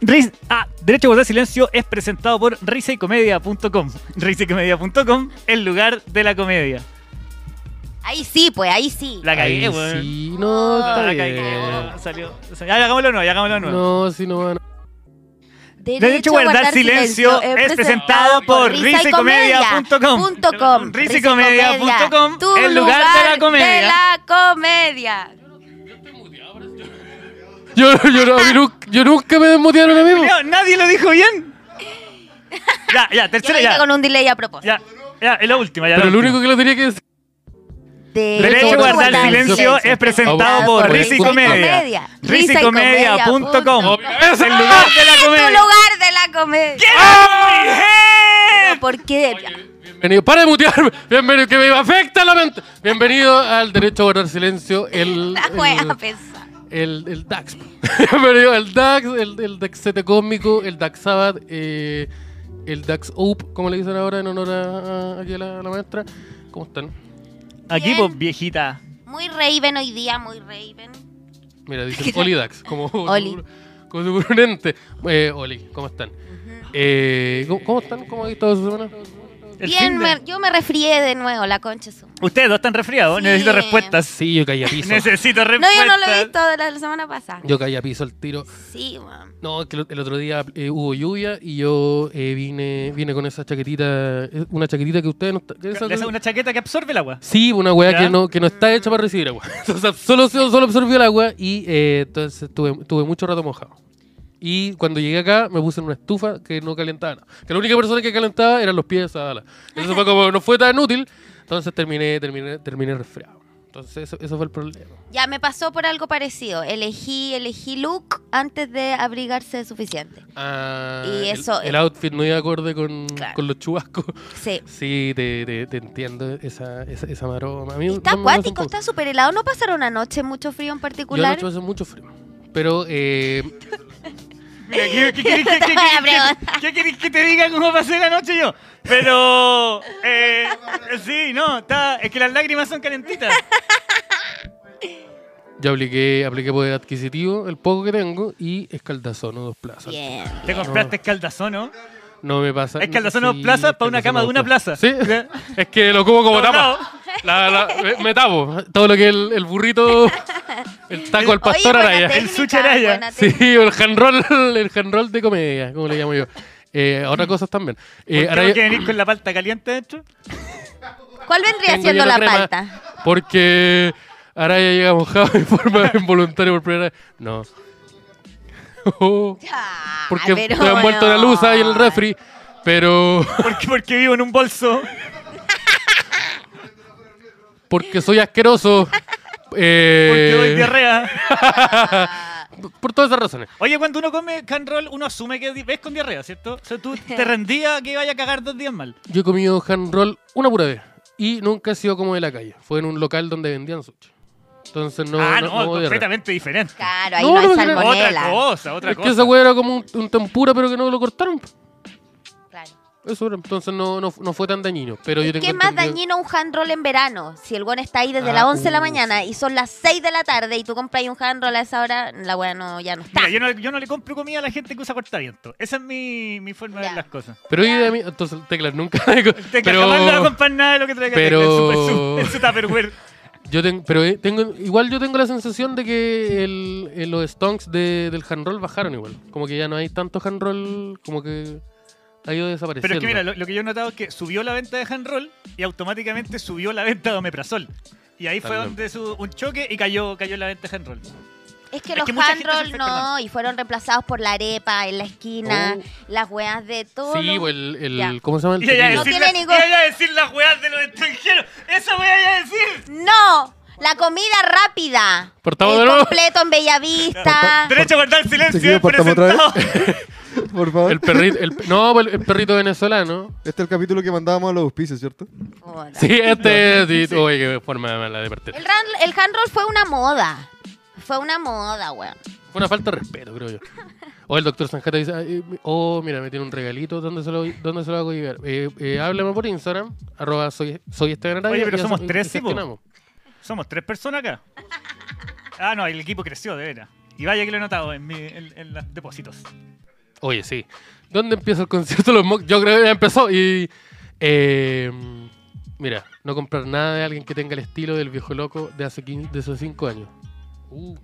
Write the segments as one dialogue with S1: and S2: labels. S1: Risa- ah, Derecho a Guardar Silencio es presentado por risaycomedia.com. Risaycomedia.com, el lugar de la comedia.
S2: Ahí sí, pues, ahí sí.
S1: La cagué,
S3: Ay,
S1: weón.
S3: Sí,
S1: No,
S3: no, está
S1: la
S3: bien.
S1: cagué, weón. Salió. Ya, hagámoslo de nuevo, ya hagámoslo de nuevo.
S3: No, si no van a-
S1: Derecho a guardar silencio es presentado por risaycomedia.com.
S2: risaycomedia.com.
S1: risaycomedia.com,
S2: Tu
S1: el lugar de la comedia.
S2: de la comedia.
S3: Yo, yo, no- a mí nunca- yo nunca me desmutearon a mí. po.
S1: Ya, nadie lo dijo bien. Ya, ya,
S2: Yo lo
S1: tercera,
S2: dije
S1: ya.
S2: con un delay a propósito.
S1: Ya, ya, es la última, ya. la
S3: Pero lo
S1: última.
S3: único que lo tenía que decir.
S1: Derecho a guardar silencio, es presentado
S3: por
S1: Risa y Comedia.
S2: risaycomedia.com.
S1: risaycomedia.com. Es el lugar de la
S2: Es tu
S1: comedia.
S2: lugar de la comedia.
S1: ¡Ah!
S2: ¿Por qué?
S3: Bienvenido. ¡Para de mutearme! Bienvenido, que me afecta la mente. Bienvenido al derecho a guardar silencio. El,
S2: La wea
S3: el,
S2: pesa.
S3: el, el DAX. Bienvenido al DAX, el, el DAXete cósmico, el DAX Sabbath, eh, el DAX OUP, como le dicen ahora en honor a, a- aquí a la, a la maestra. ¿Cómo están?
S1: Aquí,
S2: Bien.
S1: pues, viejita.
S2: Muy Raven hoy día, muy Raven.
S3: Mira, dicen Olidax, como,
S2: Oli.
S3: como su pronente. Eh, Oli, ¿cómo están? Eh, ¿cómo, cómo están? ¿Cómo ha estado su semana?
S1: El
S2: Bien,
S1: fin de-
S2: me- yo me resfrié de nuevo, la concha su.
S1: Ustedes dos están resfriados.
S2: Sí.
S1: Necesito respuestas.
S3: Ah, Sí, yo caí a piso.
S1: Necesito
S2: No,
S1: respuestas.
S2: yo no lo he visto de la, la semana pasada.
S3: yo caí a piso el tiro.
S2: Sí, weón.
S3: No, que el- el otro día eh, hubo lluvia y yo eh, vine, vine con esa chaquetita, eh, una chaquetita que ustedes no está- que esa-
S1: Le hace una chaqueta que absorbe el agua.
S3: Sí, una weá
S1: ¿Ya?
S3: que no, que no está hecha para recibir agua. Entonces, solo, solo solo absorbió el agua y eh, entonces tuve, tuve mucho rato mojado. Y cuando llegué acá me puse en una estufa que no calentaba nada. Que la única persona que calentaba eran los pies de Sadala. Entonces fue como, no fue tan útil. Entonces terminé, terminé, terminé resfriado. Entonces eso, eso fue el problema.
S2: Ya me pasó por algo parecido. Elegí, elegí look antes de abrigarse suficiente.
S3: Ah,
S2: Y
S3: el-
S2: eso-
S3: el, outfit no iba acorde con,
S2: Claro.
S3: con los chubascos.
S2: Sí.
S3: Sí, te, te- te entiendo esa, esa, esa maroma. A mí
S2: Está
S3: no me pasa un
S2: acuático,
S3: poco.
S2: está súper helado. ¿No pasaron anoche mucho frío en
S3: Yo
S2: particular?
S3: anoche hace mucho frío. Pero eh,
S1: Mira, ¿qué, qué querés que-
S2: Te
S1: qué-
S2: voy a
S1: qué-
S2: preguntar.
S1: qué querés que te diga cómo pasé la noche yo? Pero. eh, sí, no, está, es que las lágrimas son calentitas.
S3: yo apliqué, apliqué poder adquisitivo, el poco que tengo, y escaldazono dos plazas.
S2: Bien.
S1: Te compraste escaldazono.
S3: No me pasa.
S1: Escaldazono dos plazas pa' una
S3: escaldazono
S1: cama de
S3: dos
S1: una
S3: plazas.
S1: plaza.
S3: Sí. es que lo como como
S1: Doblado.
S3: tapa. La- la- me- me tapo. Todo lo que el, el burrito, el taco al pastor
S2: Oye, buena
S3: araya.
S2: técnica,
S1: El sushi araya.
S2: buena
S3: Sí,
S2: técnica.
S3: el handroll, el handroll de comedia, como le llamo yo. Eh, otras cosas también. Eh,
S1: ¿Por qué
S3: ahora
S1: no
S3: yo-
S1: que venir con la palta caliente dentro?
S2: ¿Cuál vendría
S3: tengo
S2: siendo
S3: hielo
S2: la
S3: crema,
S2: palta?
S3: Porque ahora ya llega mojado de forma involuntaria por primera vez. No. Oh,
S2: Ya,
S1: Ah,
S3: porque
S2: Ah, pero
S3: te han vuelto
S2: no.
S3: la luz ahí en el refri. Pero
S1: Porque, porque vivo en un bolso.
S3: porque soy asqueroso.
S1: Porque doy
S3: Eh,
S1: diarrea.
S3: por todas esas razones.
S1: Oye, cuando uno come canroll, uno asume que di- ves con diarrea, ¿cierto? O sea, tú te rendías que vaya a cagar dos días mal.
S3: Yo he comido hand roll una pura vez. Y nunca he sido como de la calle. Fue en un local donde vendían sushi. Entonces no.
S1: ah, no,
S3: no, no hubo diarrea.
S1: completamente diferente.
S2: Claro, ahí
S3: No,
S2: no, hay
S3: no, no, no.
S1: Otra
S2: salmonela.
S1: cosa, otra
S3: es
S1: cosa.
S3: que esa weá era como un, un tempura, pero que no lo cortaron.
S2: Claro.
S3: Eso era. Entonces no, no, no fue tan dañino. Pero yo
S2: ¿Y
S3: tengo
S2: ¿Qué es más
S3: entendido-
S2: dañino un hand roll en verano? Si el weón está ahí desde
S3: Ah,
S2: las 11 de la
S3: uh,
S2: mañana y son las 6 de la tarde y tú compras ahí un hand roll a esa hora, la weá no, ya no está.
S1: Mira, yo no, yo no le compro comida a la gente que usa cortaviento. Esa es mi, mi forma de
S2: Ya.
S1: ver las cosas.
S3: Pero hoy día mi- entonces teclas nunca. Pero
S1: Te pero... jamás no va a comprar nada de lo que traiga
S3: pero-
S1: Tecla en su, en su- en su Tupperware.
S3: yo ten- pero eh, tengo igual yo tengo la sensación de que el, eh, los stonks de, del handroll bajaron igual. Como que ya no hay tanto handroll, como que ha ido
S1: Pero
S3: desapareciendo.
S1: es que mira, lo, lo que yo he notado es que subió la venta de hand roll y automáticamente subió la venta de omeprazol. Y ahí fue
S3: También.
S1: donde su, un choque y cayó, cayó la venta de hand roll.
S2: Es que
S1: Es
S2: los
S1: que mucha
S2: hand
S1: gente se
S2: roll
S1: enferma.
S2: no, y fueron reemplazados por la arepa en la esquina,
S3: Oh.
S2: las weas de todo.
S3: sí, pues
S2: lo-
S3: o el, el-
S2: Ya.
S3: ¿cómo se llama? El
S1: Y ella
S3: tequila.
S2: No
S1: decir,
S2: tiene
S1: la-
S2: ningún-
S1: y ella decir las weas de los extranjeros. ¡Eso voy a decir!
S2: ¡No! La comida rápida.
S3: Portamos
S2: el
S3: de nuevo.
S2: completo en Bellavista.
S1: Derecho a guardar silencio.
S4: Seguido,
S1: es
S4: partamos otra vez.
S1: presentado.
S4: Por favor.
S3: El perrito, el- no, pues, el, el perrito venezolano.
S4: Este es el capítulo que mandábamos a los auspicios, ¿cierto?
S2: Puta.
S3: Sí, este sí, Oye, qué forma mala de partir.
S2: El, ran- el hand roll fue una moda. Fue una moda, weón.
S3: Fue una falta de respeto, creo yo. O el doctor Sanjata dice, "Ay, eh, oh, mira, me tiene un regalito, ¿dónde se lo, dónde se lo hago llegar? Eh, eh, háblame por Instagram, arroba soy, soy Esteban Araya,
S1: Oye, pero
S3: y
S1: somos
S3: hace- y-
S1: tres,
S3: y
S1: sí, po.
S3: gestionamos.
S1: Somos tres personas acá. Ah, no, el equipo creció, de veras. Y vaya que lo he notado en, mi- en- en los depósitos.
S3: Oye, sí. ¿Dónde empieza el concierto de los Monks? Yo creo que ya empezó. Y. eh, mira, no comprar nada de alguien que tenga el estilo del viejo loco de hace 15 de esos 5 años. Uh.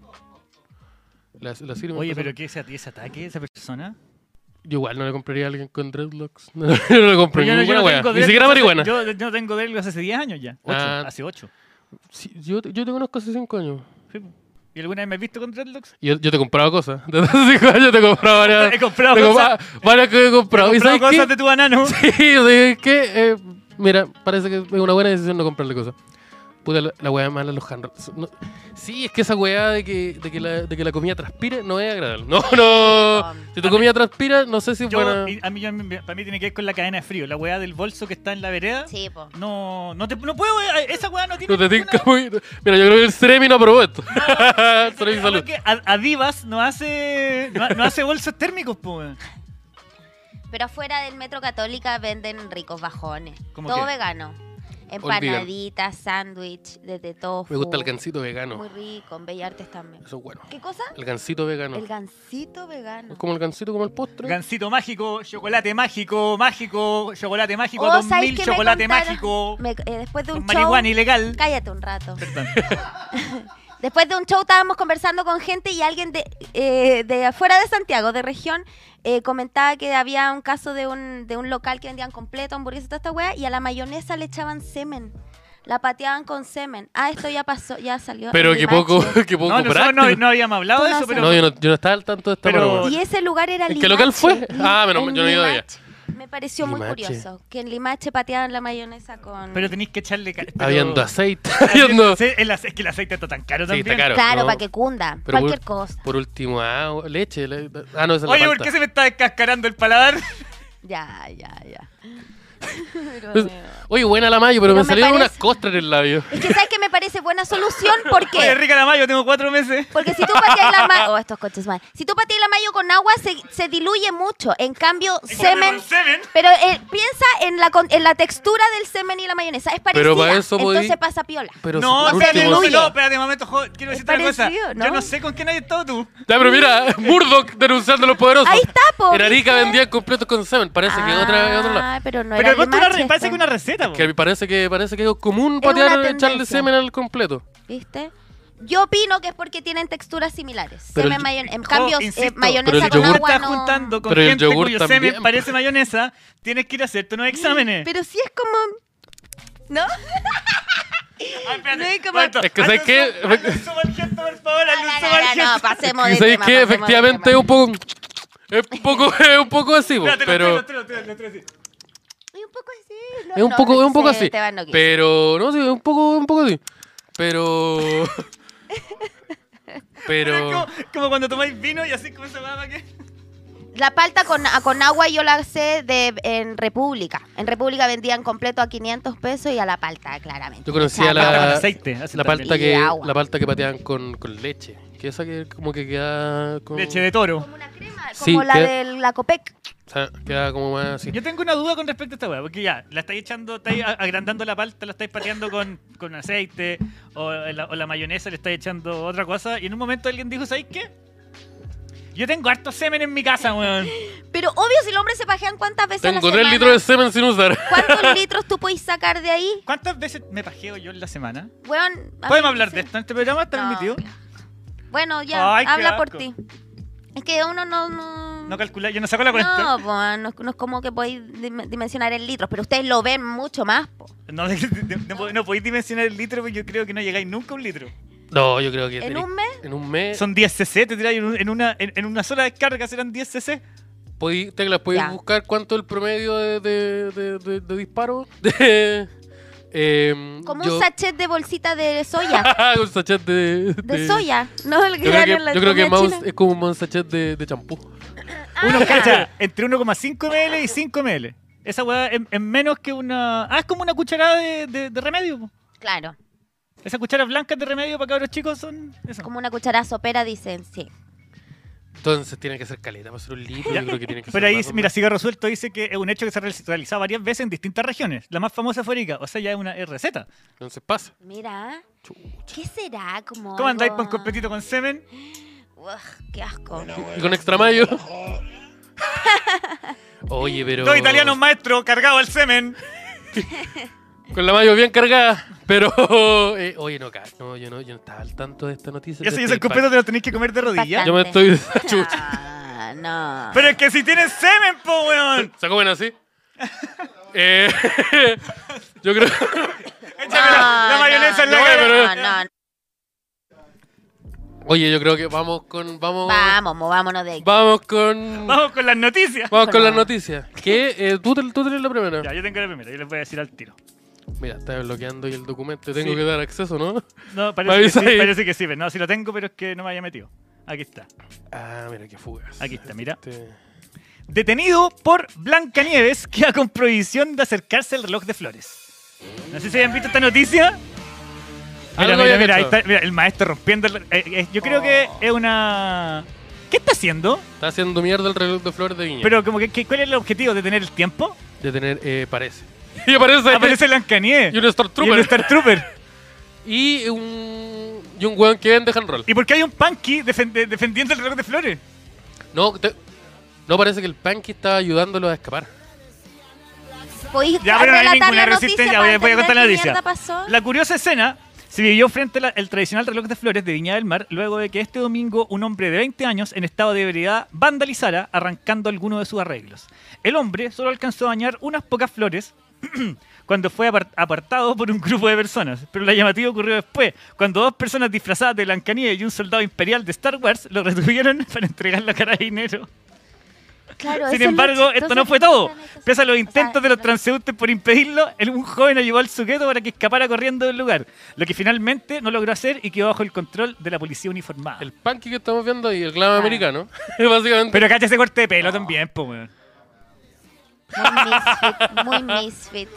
S3: La, la Siri me
S1: Oye,
S3: empezó-
S1: pero ¿qué ese, ese ataque esa persona?
S3: Yo igual no le compraría a alguien con dreadlocks. No, yo no le
S1: Pero
S3: compraría
S1: yo no- yo
S3: ninguna
S1: no
S3: wea.
S1: tengo
S3: Ni siquiera
S1: dreadlocks hace-
S3: marihuana. Yo,
S1: Yo, yo no tengo dreadlocks hace 10 años ya. Ocho,
S3: Ah.
S1: Hace 8.
S3: yo, te- yo te conozco hace 5 años.
S1: ¿Y alguna vez me has visto con dreadlocks?
S3: Y Yo, yo te he comprado cosas. Desde hace 5 años te he comprado varias.
S1: He comprado
S3: te he
S1: cosas.
S3: comprado Varias que he comprado. ah, ¿Y
S1: Comprado
S3: sabes
S1: cosas
S3: qué?
S1: de tu banano.
S3: Sí, o sea, es que, eh, mira, parece que es una buena decisión no comprarle cosas. Puta, la, la weá mala, los handrops. sí, es que esa weá de que, de, que la, de que la comida transpire no es agradable. No, no. Si tu comida transpira, no sé si es
S1: Yo-
S3: buena.
S1: y- a mí, yo- para mí tiene que ver con la cadena de frío. La weá del bolso que está en la vereda.
S2: Sí, po.
S1: No, no, te, no puedo. eh, Esa weá no tiene.
S3: No te
S1: ninguna-
S3: tinca muy- Mira, yo creo que el Ceremi no aprobó esto.
S1: Además
S3: Ceremi salud.
S1: que Ad- Adivas no hace, no, ha- no hace bolsos térmicos, po. weón.
S2: Pero afuera del Metro Católica venden ricos bajones.
S1: ¿Cómo
S2: Todo
S1: qué?
S2: vegano. Empanaditas, sándwich, desde tofu.
S3: Me gusta el gancito vegano.
S2: Muy rico, en Bellartes también.
S3: Eso es bueno.
S2: ¿Qué cosa?
S3: El gancito vegano.
S2: El gansito vegano.
S3: Es como el gancito, como el postre.
S1: Gansito mágico, chocolate mágico, mágico, chocolate mágico,
S2: Oh, ¿sabes
S1: 2000
S2: qué me
S1: chocolate
S2: contaron?
S1: mágico,
S2: Me- eh, después de un
S1: con
S2: show...
S1: marihuana ilegal.
S2: Cállate un rato.
S1: Perdón.
S2: Después de un show estábamos conversando con gente y alguien de, eh, de afuera de Santiago, de región, eh, comentaba que había un caso de un, de un local que vendían completo, hamburguesas, toda esta wea, y a la mayonesa le echaban semen. La pateaban con semen. Ah, esto ya pasó, ya salió.
S3: Pero
S2: en
S3: que
S2: Limache.
S3: poco, que poco
S1: No, nosotros no,
S3: práctico.
S1: no habíamos hablado de eso, pero.
S3: No, yo no, yo no estaba al tanto de esta
S1: Pero-
S3: broma.
S2: Y ese lugar era
S3: ¿En
S2: Limache.
S3: qué local fue?
S2: Lim-
S3: Ah, menos mal,
S2: en
S3: yo no he ido allá.
S2: Limache. Me pareció muy
S3: Limache.
S2: curioso que en Limache pateaban la mayonesa con...
S1: Pero tenéis que echarle. ca- pero-
S3: Habiendo aceite.
S1: Habiendo-
S3: Habiendo...
S1: Sí, el ace- Es que el aceite está tan caro
S3: Sí,
S1: también.
S3: está caro.
S2: claro,
S3: no.
S2: para que cunda.
S3: Pero
S2: cualquier
S3: por-
S2: cosa.
S3: Por último, ah, leche. le- Ah, no, esa es la
S1: Oye, ¿por
S3: palta.
S1: qué se me está descascarando el paladar?
S2: Ya, ya, ya. Pero
S3: Pues-
S2: bueno.
S3: Oye, buena la mayo,
S2: Pero
S3: pero, me
S2: me
S3: salieron
S2: parece-
S3: unas costras en el labio.
S2: Es que sabes que me parece buena solución porque
S1: Oye, rica la mayo, tengo cuatro meses.
S2: porque si tú pateas la mayo, oh, estos coches mal. Si tú pateas la mayo con agua se, se diluye mucho. En cambio, semen
S1: Semen.
S2: pero eh, piensa en la, con- en la textura del semen y la mayonesa. Es parecida.
S3: Pero para eso podí-
S2: Entonces pasa piola.
S3: Pero
S1: no,
S3: por
S1: espérate,
S3: último-
S1: no,
S2: diluye.
S1: no, espérate un momento, jo- quiero
S2: Es
S1: decirte una cosa.
S2: parecido, ¿no?
S1: Yo no sé con quién has estado tú.
S3: Ya, pero mira, Murdoch denunciando a los poderosos.
S2: Ahí está, po.
S3: En Arica
S2: ¿viste?
S3: vendían completos con semen. Parece que otra, otro lado.
S2: Ah, pero no
S1: Pero
S2: era
S1: ponte una, re-
S2: Limache,
S1: parece que
S2: po.
S1: una receta. po.
S3: Que parece que, parece que es
S2: Es
S3: común
S2: una
S3: patear, echarle
S2: tendencia.
S3: semen al completo.
S2: ¿Viste? Yo opino que es porque tienen texturas similares.
S3: Pero
S2: semen
S3: el-
S2: mayon- en
S1: Jo,
S2: cambio, eh,
S1: Oh, insisto,
S3: pero
S2: mayonesa
S3: el
S2: con
S3: yogur-
S2: agua
S1: estás
S2: no.
S1: juntando con
S3: Pero el
S1: gente
S3: yogur
S1: cuyo
S3: también.
S1: semen parece mayonesa, tienes que ir a hacerte unos exámenes.
S2: Pero sí es como ¿No?
S1: Ah, espérate,
S2: no hay como-
S1: momento.
S3: Es que,
S1: Hazle
S3: ¿sabes
S1: un
S3: qué?
S1: zoom, hazle un zoom al gesto, por favor, hazle un zoom al
S2: No, no, no,
S1: gesto.
S2: pasemos de
S3: Y sabéis
S2: tema,
S3: que
S2: pasemos de
S3: efectivamente es
S2: tema.
S3: un poco. Es un poco, es un poco así, po,
S1: Espérate, lo
S3: pero.
S1: estoy- lo estoy- lo estoy- lo estoy-
S2: Es un poco así. no,
S3: Es un
S2: no,
S3: poco,
S2: no
S3: es un poco
S2: quise,
S3: así.
S2: Esteban, no quise.
S3: Pero, no, sí, es un poco, un poco así. Pero.
S1: Pero es
S3: pero.
S1: como, como cuando tomáis vino y así como se va para que.
S2: La palta con, a- con agua yo la sé de, en República. En República vendían completo a 500 pesos y a la palta, claramente.
S3: Yo conocía
S2: Chapa.
S1: Con
S3: la.
S1: aceite, así
S3: La
S1: también.
S3: palta,
S2: Y
S3: que,
S2: agua.
S3: la palta que pateaban con, con leche. Que esa que como que queda. Con,
S1: Leche de toro.
S2: Como una crema,
S3: Sí,
S2: como la
S3: que-
S2: de la Copec.
S3: O sea, queda como más así.
S1: Yo tengo una duda con respecto a esta weá, porque ya, la estáis echando, estáis a- agrandando la palta, la estáis pateando con, con aceite, o eh, la, o la mayonesa le estáis echando otra cosa, y en un momento alguien dijo, ¿sabéis qué? Yo tengo harto semen en mi casa, weón.
S2: Pero obvio, si el hombre se pajean cuántas veces a la
S3: Tengo 3
S2: semana.
S3: litros de semen sin usar.
S2: ¿Cuántos litros tú puedes sacar de ahí?
S1: ¿Cuántas veces me pajeo yo en la semana?
S2: Weón, a mí
S1: ¿Podemos
S2: no
S1: hablar
S2: sé.
S1: de esto en este programa? ¿Está
S2: No,
S1: permitido?
S2: claro. Bueno, ya,
S1: Ay, qué
S2: habla por
S1: asco.
S2: ti. Es que uno no... no...
S1: No calculé, yo no saco la cuenta.
S2: no, po, no, es- no es como que podéis dim- dimensionar en litros, pero ustedes lo ven mucho más. po.
S1: No, de- de- de- no, pod- no podéis dimensionar el litro porque yo creo que no llegáis nunca a un litro.
S3: No, yo creo que.
S2: ¿En
S3: tenés-
S2: un mes?
S3: En un mes.
S1: Son 10 cc, te tiráis en, un- en una, en, en una sola descarga, serán 10 cc.
S3: podí- teclas, podéis
S2: Ya.
S3: buscar cuánto es el promedio de, de, de, de- de disparo. De- em,
S2: Como
S3: yo- Ah,
S2: un sachet de bolsita de soya.
S3: un sachet de.
S2: De
S3: de-
S2: soya, no el
S3: Yo
S2: grano
S3: creo que,
S2: en la
S3: yo creo que
S2: comida
S3: mouse
S2: china.
S3: es como un sachet de, de champú.
S1: Uno
S2: Ah.
S1: cacha entre 1,5 ml y 5 ml. Esa weá es, es menos que una. Ah, es como una cucharada de, de- de remedio. po.
S2: Claro,
S1: Esas cucharas blancas de remedio para cabros chicos son. Eso.
S2: como una cuchara sopera dicen, sí.
S3: Entonces tiene que ser caleta para ser un litro. Yo creo que tiene que ser
S1: Pero ahí,
S3: más o
S1: mira,
S3: menos.
S1: sigue resuelto, dice que es un hecho que se ha realizado varias veces en distintas regiones. La más famosa fue Arica, o sea, ya es una es receta.
S3: Entonces pasa.
S2: Mira,
S3: Chucha.
S2: ¿qué será? Como
S1: ¿Cómo andáis
S2: algo-
S1: con competito con semen?
S2: Uf, qué asco.
S3: Y con extra mayo. Oye, pero.
S1: Dos italianos maestros cargados al semen.
S3: Con la mayo bien cargada. Pero. eh, oye, no, ca- no, yo no, yo no estaba al tanto de esta noticia.
S1: Eso
S3: de
S1: y
S3: este
S1: el completo te lo tenéis que comer de rodillas.
S3: impacto. Yo me estoy. Chucha.
S2: Ah, no.
S1: Pero es que si tienes semen, po, weón.
S3: ¿Se comen así? Eh, yo creo.
S1: Échame la, la
S2: Ah, No,
S1: mayonesa en la
S3: Ah, no,
S1: cara.
S3: pero-
S2: no, no, no.
S3: Oye, yo creo que vamos con. Vamos.
S2: Vamos, movámonos de ahí.
S3: Vamos con.
S1: Vamos con las noticias.
S3: Vamos con
S2: Con
S3: las
S2: la-
S3: noticias. Que eh, tú, te- tú tenés la primera.
S1: Ya, yo tengo la primera, yo les voy a decir al tiro.
S3: Mira, está desbloqueando y el documento. Tengo
S1: Sí.
S3: que dar acceso, ¿no?
S1: No,
S3: Me
S1: parece que, sí,
S3: avisa ahí.
S1: parece que sí, pero no, si lo tengo, pero es que no me había metido. Aquí está.
S3: Ah, mira qué fugas.
S1: Aquí está, mira.
S3: Este-
S1: Detenido por Blancanieves, queda con prohibición de acercarse al reloj de flores. No sé si habían visto esta noticia. Ah, Mira,
S3: Algo
S1: mira,
S3: Ah, había
S1: mira, ahí
S3: cachado.
S1: está, mira, el maestro rompiendo. el- eh, eh, yo creo que es una. ¿Qué está haciendo?
S3: Está haciendo mierda el reloj de flores de viña.
S1: Pero como que, que- ¿cuál es el objetivo de tener el tiempo?
S3: De tener, eh, parece. Y aparece.
S1: Aparece Blancanieves.
S3: Pues, eh, Y un
S1: Y
S3: Stormtrooper.
S1: el Star Trooper.
S3: Y, un. Y un weón que vende hand roll.
S1: ¿Y por qué hay un punky defend- defendiendo el reloj de flores?
S3: No, te- no parece que el Panky está ayudándolo a escapar.
S2: ¿Podéis
S1: Ya, pero no hay
S2: relatar
S1: ninguna
S2: la noticia
S1: resistencia,
S2: para
S1: voy a- voy a
S2: entender
S1: contar la
S2: qué
S1: noticia.
S2: mierda pasó?
S1: La curiosa escena se vivió frente al tradicional reloj de flores de Viña del Mar, luego de que este domingo un hombre de 20 años en estado de ebriedad vandalizara arrancando alguno de sus arreglos. El hombre solo alcanzó a dañar unas pocas flores cuando fue apar- apartado por un grupo de personas, pero la llamativa ocurrió después, cuando dos personas disfrazadas de Blancanieves y un soldado imperial de Star Wars lo retuvieron para entregar la cara de dinero.
S2: Claro, eso es
S1: Sin
S2: lo
S1: embargo, esto
S2: chistoso
S1: no
S2: que
S1: fue todo.
S2: pasan estas-
S1: Pese a los
S2: o sea,
S1: intentos de los
S2: no-
S1: transeúntes por impedirlo, el- un joven ayudó al sujeto para que escapara corriendo del lugar, lo que finalmente no logró hacer y quedó bajo el control de la policía uniformada.
S3: El Panky que estamos viendo ahí, el clan
S2: Ah.
S3: americano. Básicamente.
S1: Pero cacha ese corte de pelo también, po, weón.
S2: Muy misfit, muy misfit.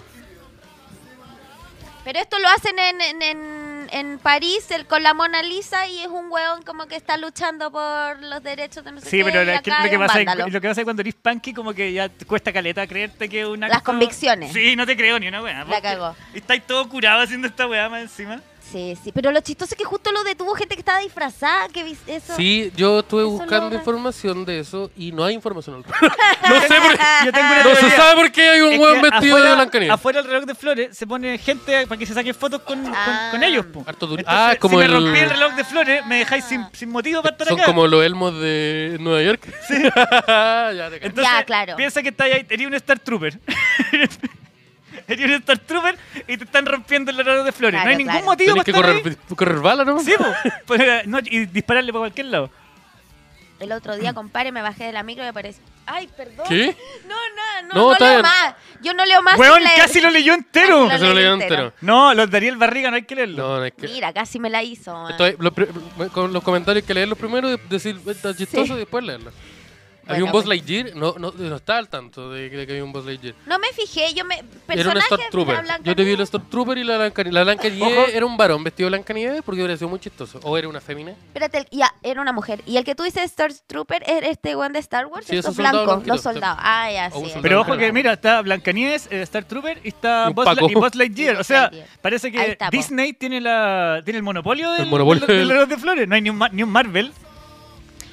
S2: Pero esto lo hacen en, en, en- en París el- con la Mona Lisa y es un hueón como que está luchando por los derechos de no sé
S1: Sí,
S2: qué,
S1: pero
S2: y
S1: la-
S2: acá
S1: que-
S2: hay
S1: lo, que
S2: un
S1: pasa es,
S2: vándalo.
S1: lo que pasa es cuando eres punky como que ya te cuesta caleta creerte que una...
S2: Las convicciones.
S1: Sí, no te creo ni una weá. porque
S2: cagó.
S1: Estáis todo curado haciendo esta weá más encima.
S2: Sí, sí, pero lo chistoso es que justo lo detuvo gente que estaba disfrazada, que vi- eso.
S3: Sí, yo estuve
S2: eso
S3: buscando
S2: logra.
S3: información de eso y no hay información al respecto. no sé por qué.
S1: Yo tengo una
S3: No se
S1: teoría.
S3: sabe por qué hay un
S1: Es
S3: weón
S1: que
S3: vestido
S1: afuera,
S3: de Blancanieves.
S1: Afuera del reloj de flores se pone gente para que se saquen fotos con, con-
S2: Ah.
S1: con ellos. po.
S3: Harto turi-
S1: Entonces,
S3: ah, como
S1: si
S3: el-
S1: me rompí el reloj de flores, me dejáis sin, sin motivo para estar
S3: Son
S1: acá.
S3: como los elmos de Nueva York. Sí. ya te cacho.
S1: Entonces,
S2: Ya, claro.
S1: piensa que está ahí, eres un Star Trooper. eres un Star Trooper y te están rompiendo el reloj de flores. no
S2: Claro,
S1: hay ningún
S2: claro.
S1: motivo
S3: Tenés
S1: para
S3: que
S1: estar
S3: correr, correr bala, ¿no?
S1: ahí. Sí, po. Pero, no, y dispararle por cualquier lado.
S2: El otro día, compadre, me bajé de la micro y apareció. Ay, perdón.
S3: ¿Qué?
S2: No, no, no,
S3: No,
S2: no,
S3: está
S2: leo
S3: bien.
S2: más. Yo no leo más.
S1: Weón,
S2: sin leer.
S1: casi lo leyó entero.
S2: Casi
S3: Eso lo
S2: leí
S3: leí
S2: entero.
S3: entero.
S1: No, los Dariel Barriga no hay que leerlo.
S3: No, no es que.
S2: Mira, casi me la hizo. man.
S3: Esto es- lo pri- con los comentarios que leerlos primero y decir está chistoso y después leerlo.
S2: Bueno,
S3: había un Boss
S2: pues.
S3: Lightyear, no, no, no estaba al tanto de, de que había un Boss Lightyear.
S2: No me fijé, yo me.
S3: Era un
S2: personajes de la
S3: Stormtrooper.
S2: Blanca
S3: Yo te vi
S2: Nieves.
S3: el Stormtrooper y la Blanca La Blanca
S1: Ojo.
S3: era un varón vestido de Blanca Nieve porque hubiera sido muy chistoso. O era una fémina.
S2: Espérate, el- ya, era una mujer. Y el que tú dices Stormtrooper es este one de Star Wars,
S3: Sí,
S2: estos
S3: esos soldados
S2: blancos,
S3: blanquitos,
S2: los soldados. Ah, ya,
S3: O un
S2: sí.
S3: soldado.
S1: Pero ojo que, mira, está Blancanieves, eh, Star Trooper y está
S3: Y
S1: Buzz,
S3: Paco.
S1: Li- y Buzz Lightyear.
S2: Y
S1: O
S2: Buzz
S1: sea,
S2: Lightyear.
S1: parece
S2: Ahí
S1: que
S2: está, po.
S1: Disney tiene la tiene el monopolio del,
S3: El monopolio
S1: del- del
S3: del-
S1: reloj de flores. No hay ni un, ma- ni un Marvel.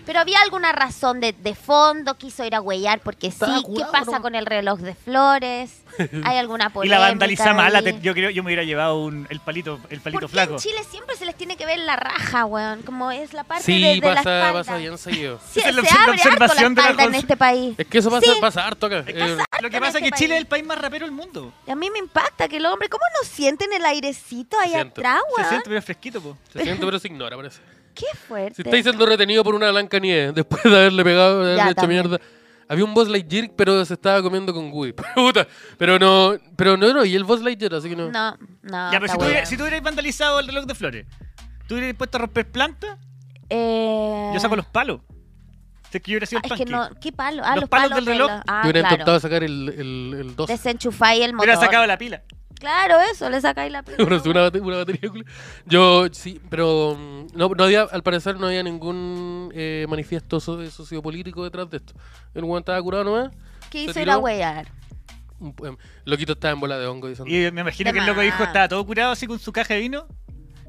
S2: Pero había alguna razón de, de fondo, quiso ir a huellar porque sí.
S3: Estaba
S2: ¿Qué
S3: curado,
S2: pasa
S3: ¿no?
S2: con el reloj de flores? ¿Hay alguna
S1: Y
S2: polémica?
S1: la vandaliza
S2: ahí?
S1: mala. te- yo creo yo me hubiera llevado un- el palito, el
S2: ¿Por
S1: palito
S2: qué
S1: flaco.
S2: en Chile siempre se les tiene que ver la raja, weón? Como es la parte
S3: Sí,
S2: de, de la
S3: pasa,
S2: espalda.
S3: pasa bien seguido.
S2: Sí,
S1: Esa es la
S2: se abre
S1: observación
S2: harto
S1: de la
S2: la espalda en
S1: Jons-
S2: este país.
S3: Es que eso pasa,
S2: Sí.
S3: pasa harto acá. Eh,
S1: Lo que
S2: en
S1: pasa es que
S2: este
S1: Chile
S2: país.
S1: es el país más rapero del mundo.
S2: Y a mí me impacta que el hombre, ¿cómo no sienten el airecito ahí
S3: siente.
S2: atrás,
S1: Se
S2: weón?
S1: siente pero fresquito, po.
S3: se siente pero se ignora, parece.
S2: Qué fuerte.
S3: Si estáis siendo retenido por una Blanca Nieve después de haberle pegado, de
S2: Ya,
S3: haberle hecho
S2: también.
S3: mierda. Había un Boss Lightyear, pero se estaba comiendo con Woody. Puta. Pero no, pero no, no, y el Boss Lightyear, así que no.
S2: No, no.
S1: ya, pero si
S2: está
S1: tú,
S2: bueno.
S1: hubieras, si tú hubieras vandalizado el reloj de flores, ¿tú hubieras puesto a romper plantas?
S2: Eh,
S1: Yo saco los palos. Si es que yo hubiera sido
S2: ah,
S1: el
S2: es que
S1: punky.
S2: no, ¿qué palo? Ah,
S1: Los
S2: los,
S1: palos del reloj.
S2: los- Ah,
S3: Yo hubiera
S2: claro.
S3: intentado sacar el, el, el 2.
S2: Desenchufáis el motor.
S1: Hubiera sacado la pila.
S2: Claro, eso, le sacáis la pelota.
S3: una, una bate- una batería. culia. Yo, sí, pero mm, no, no había, al parecer no había ningún eh, manifiesto so- sociopolítico detrás de esto. El weón estaba curado nomás.
S2: ¿Qué
S3: se
S2: hizo
S3: tiró.
S2: ir a huear?
S3: Un- em, Loquito estaba en bola de hongo. dicen.
S1: Y me imagino
S2: De
S1: que el loco
S2: más.
S1: dijo, estaba todo curado así con su caja de vino.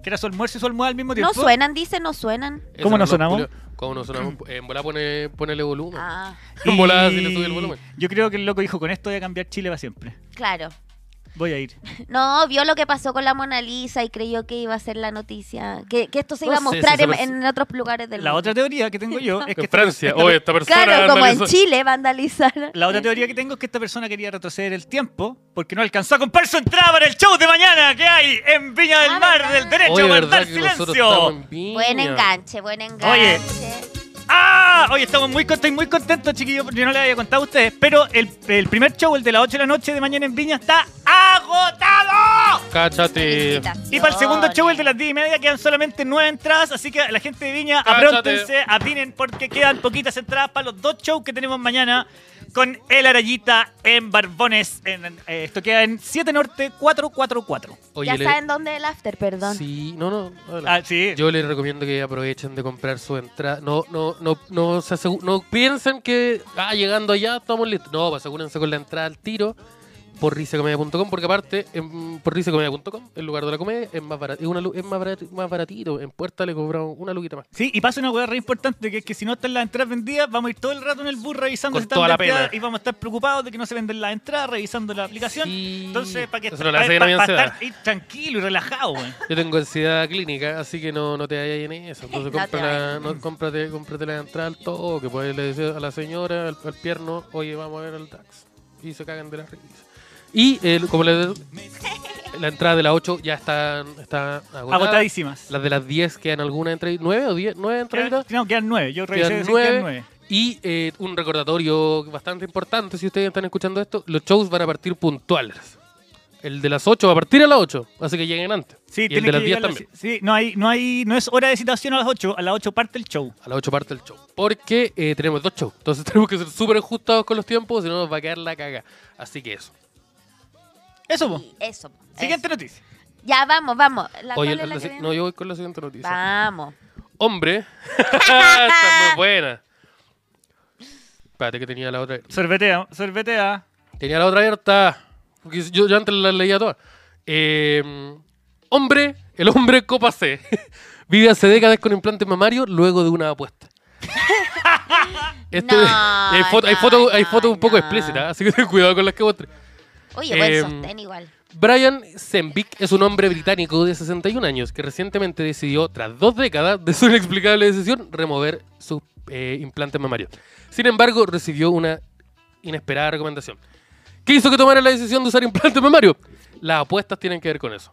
S1: que era su almuerzo y su almohada al mismo tiempo.
S2: No suenan, dice, no suenan.
S3: Esa
S1: ¿Cómo
S3: era
S1: nos
S3: la
S1: sonamos?
S3: culia- ¿Cómo nos sonamos? En volá pone, ponele volumen.
S2: Ah,
S1: Y
S3: En volá si le sube el volumen.
S1: Yo creo que el loco dijo, con esto voy a cambiar Chile para siempre.
S2: claro.
S1: Voy a ir.
S2: No, vio lo que pasó con la Mona Lisa y creyó que iba a ser la noticia. Que, que esto se
S3: No
S2: iba a
S3: sé,
S2: mostrar
S3: si
S2: en,
S3: eso-
S2: en otros lugares del
S1: La
S2: mundo.
S1: otra teoría que tengo yo es que...
S3: En
S1: esta-
S3: Francia,
S1: esta-
S3: oye, esta persona.
S2: Claro, como en
S3: vandalizó-
S2: Chile vandalizar.
S1: La otra teoría que tengo es que esta persona quería retroceder el tiempo porque no alcanzó a comprar su entrada para el show de mañana que hay en Viña del
S2: Ah,
S1: Mar
S2: ¿verdad?
S1: del Derecho
S3: Oye,
S1: a
S3: verdad
S1: guardar
S3: que nosotros
S1: silencio.
S3: estamos en Viña.
S2: Buen enganche, buen enganche.
S1: Oye. ¡Ah! Hoy estamos muy contentos, muy contentos, chiquillos. porque Yo no les había contado a ustedes, pero el, el primer show, el de las 8 de la noche de mañana en Viña, está agotado.
S3: Cáchate.
S1: Y para el segundo show, el de las 10 y media, quedan solamente 9 entradas. Así que la gente de Viña, apróntense, atinen, porque quedan poquitas entradas para los dos shows que tenemos mañana con El Arayita en Barbones. En- en- eh, esto queda en 7 Norte 444.
S3: Oye,
S2: Ya
S3: le-
S2: saben dónde el after, perdón.
S3: Sí, no, no. adelante.
S1: Ah, sí.
S3: Yo les recomiendo que aprovechen de comprar su entrada. No, no, no, no, se asegu- no piensen que ah, llegando allá estamos listos. No, pues asegúrense con la entrada al tiro por risecomedia.com, porque aparte, en, por risecomedia.com, el lugar de la comedia, es más barato, es, una lu- es más, barat- más baratito. En puerta le cobramos una luquita más.
S1: Sí, y pasa una hueá re importante, que es que si no están las entradas vendidas, vamos a ir todo el rato en el bus revisando
S3: Con
S1: si están
S3: toda la
S1: vendidas
S3: pena.
S1: y vamos a estar preocupados de que no se venden las entradas, revisando la aplicación.
S3: Sí.
S1: Entonces, para que
S3: Eso no le
S1: pa-
S3: hace bien a
S1: pa-
S3: mi
S1: pa
S3: ansiedad.
S1: estar ir tranquilo y relajado, güey.
S3: Yo tengo ansiedad clínica, así que no, no te vayas en eso. Entonces
S2: No te
S3: compra la- no, cómprate, cómprate la entrada al todo, que puedes le decir a la señora, al, al pierno, oye, vamos a ver al DAX. Y se cagan de la risa. Y el- como le, la entrada de las 8 ya está, está agotada.
S1: Agotadísimas.
S3: Las de las 10 quedan alguna entre ¿Nueve o 10? ¿Nueve
S1: Quedan-
S3: entraditas?
S1: no, quedan nueve. Yo revisé
S3: Quedan
S1: sí,
S3: nueve.
S1: quedan nueve.
S3: Y eh, un recordatorio bastante importante, si ustedes están escuchando esto, los shows van a partir puntuales. El de las 8 va a partir a las 8, así que lleguen antes.
S1: Sí,
S3: y el
S1: tiene
S3: de las
S1: que
S3: 10
S1: llegar a las-
S3: también.
S1: Sí, no, hay, no, hay, no es hora de citación a las 8, a las 8 parte el show.
S3: A las 8 parte el show. Porque eh, tenemos dos shows. Entonces tenemos que ser súper ajustados con los tiempos, si no nos va a quedar la caga. Así que eso.
S1: Eso, po.
S2: Sí, Eso.
S1: Siguiente
S2: eso.
S1: noticia.
S2: Ya vamos, vamos. La, ¿cuál
S3: Oye,
S2: es
S3: la
S2: la que
S3: si-
S2: viene?
S3: no, yo voy con la siguiente noticia.
S2: Vamos.
S3: Hombre. Está muy buena. Espérate que tenía la otra.
S1: Sorbetea, sorbetea.
S3: Tenía la otra abierta. Porque yo, yo antes la leía toda. Eh, hombre, el hombre copa C. Vive hace décadas con implante mamario luego de una apuesta. Este-
S2: No,
S3: hay fotos hay
S2: no,
S3: foto, hay
S2: no,
S3: foto un poco
S2: no.
S3: explícitas, así que ten cuidado con las que muestres.
S2: Oye, buen
S3: Em,
S2: sostén igual.
S3: Brian Zembick es un hombre británico de 61 años que recientemente decidió, tras dos décadas de su inexplicable decisión, remover sus eh, implantes mamarios. Sin embargo, recibió una inesperada recomendación. ¿Qué hizo que tomara la decisión de usar implantes mamarios? Las apuestas tienen que ver con eso.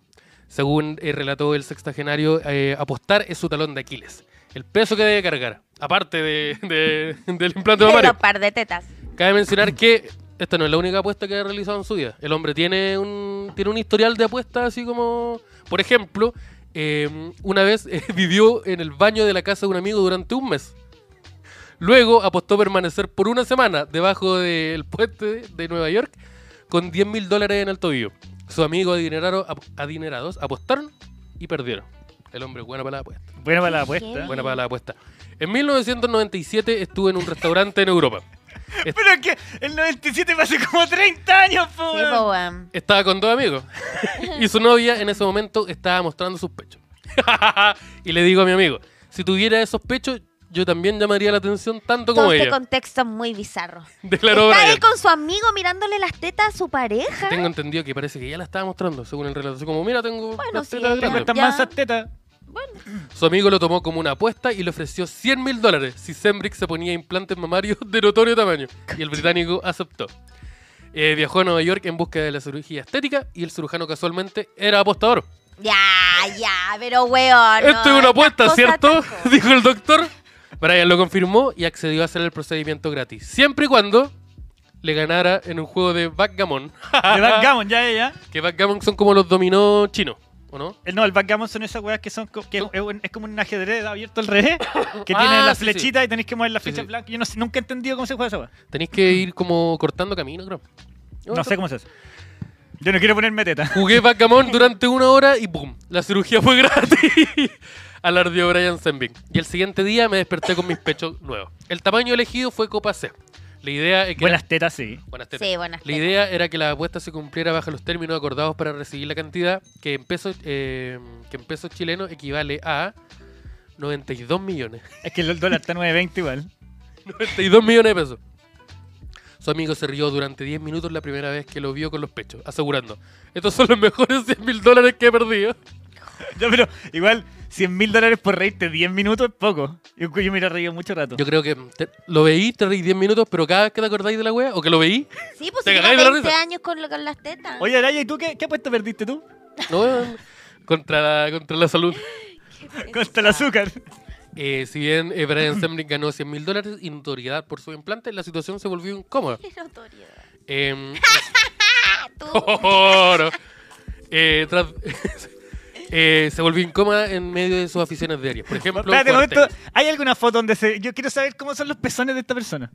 S3: Según eh, relató el sextagenario, eh, apostar es su talón de Aquiles. El peso que debe cargar, aparte de- de- del implante mamario.
S2: Pero par de tetas.
S3: Cabe mencionar que esta no es la única apuesta que ha realizado en su vida. El hombre tiene un, tiene un historial de apuestas así como... Por ejemplo, eh, una vez eh, vivió en el baño de la casa de un amigo durante un mes. Luego apostó permanecer por una semana debajo del puente de Nueva York con 10 mil dólares en el tobillo. Sus amigos adinerados, adinerados apostaron y perdieron. El hombre es bueno para la apuesta.
S1: Buena para la
S2: Qué
S1: apuesta.
S3: Buena para la apuesta. En 1997 estuve en un restaurante en Europa.
S1: Pero es que el 97 pasó como 30 años, po.
S2: Sí,
S1: weón.
S2: po, weón.
S3: Estaba con dos amigos. y su novia en ese momento estaba mostrando sus pechos. y le digo a mi amigo, si tuviera esos pechos, yo también llamaría la atención tanto como
S2: Todo este
S3: ella.
S2: contexto es muy bizarro.
S3: Declaró
S2: Está
S3: Brian.
S2: él con su amigo mirándole las tetas a su pareja.
S3: Tengo entendido que parece que ya la estaba mostrando, según el relato. Así como, mira, tengo
S2: Bueno,
S3: las
S2: sí,
S3: tetas
S1: Tengo
S2: ella-
S3: grandes".
S1: estas
S2: Ya.
S1: mansas tetas.
S3: Su amigo lo tomó como una apuesta y le ofreció 100 mil dólares si Sembrick se ponía implantes mamarios de notorio tamaño. Y el británico aceptó. Eh, viajó a Nueva York en busca de la cirugía estética y el cirujano casualmente era apostador.
S2: Ya, ya, pero weón. Ah, no,
S3: Esto es una apuesta,
S2: estas
S3: ¿cierto?
S2: cosas tan-
S3: Dijo el doctor. Brian lo confirmó y accedió a hacer el procedimiento gratis. Siempre y cuando le ganara en un juego de backgammon.
S1: De backgammon, ya, ya, ya.
S3: que backgammon son como los dominó chinos, ¿o no?
S1: El- No, el backgammon son esas weas que son co- que es, un- es como un ajedrez abierto al revés, que
S3: Ah,
S1: tiene la
S3: sí, sí.
S1: flechita y tenéis que mover la
S3: Sí,
S1: flecha
S3: sí.
S1: blanca. Yo no sé- nunca he entendido cómo se juega esa wea.
S3: Tenéis que ir como cortando camino, creo.
S1: No sé cómo se hace. Yo no quiero ponerme teta.
S3: Jugué backgammon durante una hora y ¡pum! La cirugía fue gratis. Alardeó Brian Zembick. Y el siguiente día me desperté con mis pechos nuevos. El tamaño elegido fue copa C. La idea es que.
S1: Buenas tetas, sí.
S3: Buenas tetas.
S2: Sí, buenas
S3: La
S2: tetas.
S3: idea era que la apuesta se cumpliera bajo los términos acordados para recibir la cantidad que en pesos, eh, que en pesos chilenos equivale a 92 millones.
S1: Es que el dólar está 9.20 igual.
S3: 92 millones de pesos. Su amigo se rió durante 10 minutos la primera vez que lo vio con los pechos, asegurando, estos son los mejores 100 mil dólares que he perdido.
S1: Ya, pero igual, 100 mil dólares por reírte 10 minutos es poco. Yo, yo me he reído mucho rato.
S3: Yo creo que te- lo veí, te reí 10 minutos, pero cada vez que te acordáis de la wea, o que lo veí,
S2: Sí, pues
S3: Te
S2: si lleva
S3: cagáis de la
S2: 20
S3: risa.
S2: años con, lo- con las tetas.
S1: Oye, Araya, ¿y tú qué, qué apuesta perdiste tú?
S3: no, contra, la, contra la salud.
S1: Contra el azúcar.
S3: Eh, si bien eh, Brian Semlin ganó 100 mil dólares y notoriedad por su implante, la situación se volvió incómoda.
S2: Qué notoriedad.
S3: Em,
S2: Ah, tú.
S3: Oh, no. Eh, tras- eh, se volvió incómoda en medio de sus aficiones diarias. Por ejemplo,
S1: Espérate un
S3: fuerte.
S1: momento. ¿Hay alguna foto donde se.? Yo quiero saber cómo son los pezones de esta persona.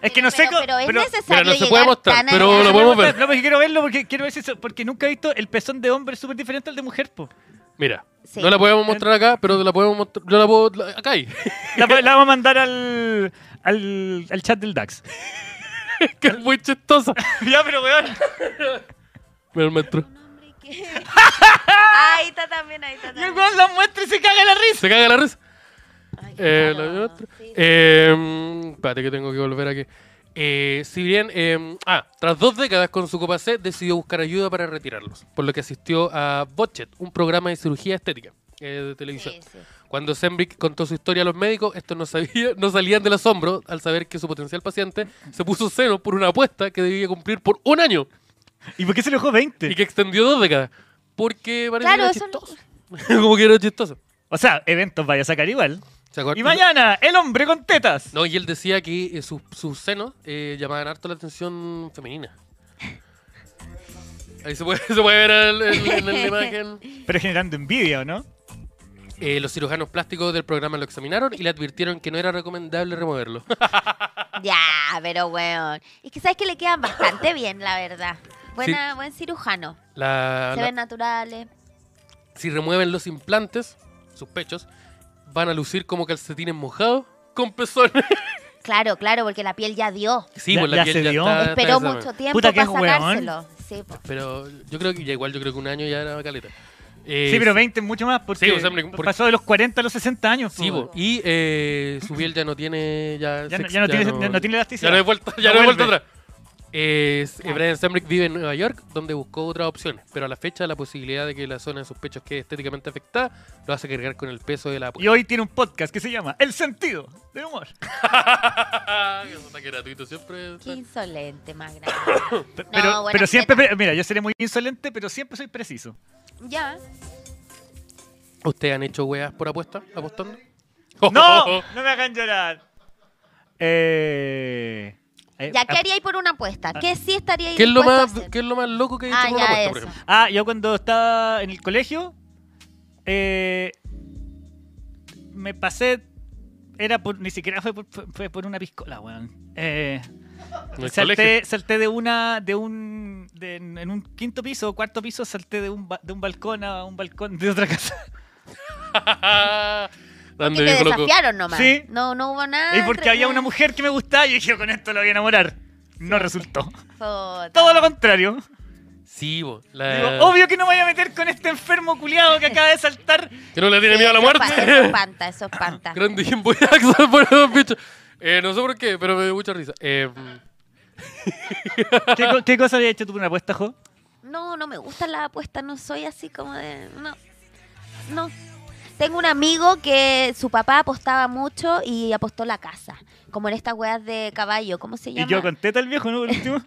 S1: Es que no sé
S2: Pero-
S1: cómo.
S2: Pero es
S3: Mira,
S2: necesario
S3: no se
S2: llegar
S3: puede mostrar,
S2: tan
S3: pero
S2: allá.
S3: lo podemos ver.
S1: No, porque quiero verlo porque quiero ver si. eso- Porque nunca he visto el pezón de hombre súper diferente al de mujer, po.
S3: Mira,
S2: Sí.
S3: no la podemos mostrar acá, pero la podemos mostrar. No la puedo. la- acá hay.
S1: La, la vamos a mandar al, al, al chat del DAX.
S3: que es muy chistosa.
S1: ya, pero weón.
S3: Mira el maestro.
S2: Hombre, ¿qué? ahí está también, ahí está
S1: Y el
S2: también.
S1: weón la muestra y se caga la risa.
S3: Se caga la risa.
S2: Ay, qué
S3: Eh, la
S2: malo.
S3: de otro.
S2: Ah, Sí, sí.
S3: Eh, mm, espérate que tengo que volver aquí. Eh, si bien, eh, ah, tras dos décadas con su copa C, decidió buscar ayuda para retirarlos, por lo que asistió a Botchet, un programa de cirugía estética eh, de televisión.
S2: Sí, sí.
S3: Cuando Sembrick contó su historia a los médicos, estos no, sabía- no salían del asombro al saber que su potencial paciente se puso cero por una apuesta que debía cumplir por un año
S1: ¿Y por qué se le dejó 20?
S3: y que extendió dos décadas. Porque parece
S2: Claro,
S3: que
S2: eso
S3: era
S2: no-
S3: chistoso. Como que era chistoso.
S1: O sea, eventos vaya a sacar igual.
S3: ¿Se acuer-
S1: Y mañana, el hombre con tetas.
S3: No, y él decía que eh, sus, sus senos eh, llamaban harto la atención femenina. Ahí se puede, se puede ver el- el- el- en la imagen.
S1: Pero generando envidia, ¿o no?
S3: Eh, los cirujanos plásticos del programa lo examinaron y le advirtieron que no era recomendable removerlo.
S2: Ya, pero weón. Es que sabes que le quedan bastante bien, la verdad. Buena, Buen cirujano.
S3: La-
S2: Se
S3: la-
S2: ven naturales.
S3: si remueven los implantes, sus pechos, van a lucir como calcetines mojados con pezones.
S2: Claro, claro, porque la piel ya dio.
S3: Sí,
S1: Ya-
S3: pues la
S1: ya
S3: piel
S1: se
S3: ya
S1: dio.
S3: está- está
S2: Esperó
S3: desarmada.
S2: mucho tiempo
S1: Puta, que
S2: para
S1: es weón.
S2: sacárselo. Sí, po.
S3: Pero yo creo que ya igual, yo creo que un año ya era caleta. Eh,
S1: Sí, pero 20 es mucho más porque,
S3: Sí, o sea, porque-
S1: pasó de los 40 a los 60 años.
S3: Sí,
S1: po.
S3: po. y eh, su piel ya no tiene. Ya,
S1: Ya no-
S3: sex-
S1: ya no tiene- ya no tiene elasticidad.
S3: Ya no hay vuelta, ya
S1: No
S3: no hay vuelta
S1: vuelve. Ah.
S3: atrás. Eh, s- eh, Brian Stambrick vive en Nueva York, donde buscó otras opciones, pero a la fecha la posibilidad de que la zona de sus pechos quede estéticamente afectada lo hace cargar con el peso de la
S1: Y hoy tiene un podcast que se llama El sentido del humor. Ah,
S3: Eso que gratuito siempre.
S2: Qué insolente, más grande.
S1: P- Pero,
S2: buenas
S1: pero siempre,
S2: tetas.
S1: pre- mira, yo seré muy insolente, pero siempre soy preciso.
S2: ya.
S3: Eh, ¿Ustedes han hecho weas por apuesta? ¿Apostando?
S1: ¡No! ¡No me hagan llorar! Eh, eh,
S2: Ya, ¿qué haríais por una apuesta? ¿Qué sí estaríais
S3: ah. ¿Qué es, lo
S2: dispuesto a
S3: más,
S2: hacer?
S3: ¿Qué es lo más loco que he hecho
S2: Ah,
S3: por una
S2: ya,
S3: apuesta,
S2: eso.
S3: por ejemplo?
S1: Ah, yo cuando estaba en el colegio, eh, me pasé. Era por, ni siquiera fue por, fue- fue por una piscola, weón. Eh,
S3: En el colegio.
S1: salté, salté de una, de un, de- en en un quinto piso o cuarto piso, salté de un, ba- de un balcón a un balcón de otra casa.
S2: Que
S3: Grande
S2: te
S3: viejo loco.
S2: desafiaron nomás.
S1: Sí.
S2: No, no hubo nada.
S1: y porque
S2: entre-
S1: había una mujer que me gustaba y dije, con esto la voy a enamorar. No resultó.
S2: Puta.
S1: Todo lo contrario.
S3: Sí, po, la-
S1: Digo, obvio que no me voy a meter con este enfermo culiado que acaba de saltar.
S3: Que no le tiene
S2: Sí,
S3: miedo a la
S2: eso pa- Eso
S3: muerte.
S2: espanta, eso espanta.
S3: Grande Game Boy Advance por esos bichos. Eh, no sé por qué, pero me dio mucha risa. Eh,
S1: ¿Qué, co- qué cosa había hecho tú por una apuesta, Jo?
S2: No, no me gustan las apuestas, no soy así como de... No, no. Tengo un amigo que su papá apostaba mucho y apostó la casa, como en estas weas de caballo, ¿cómo se
S1: Y
S2: llama?
S1: yo con teta el viejo, ¿no? Por último.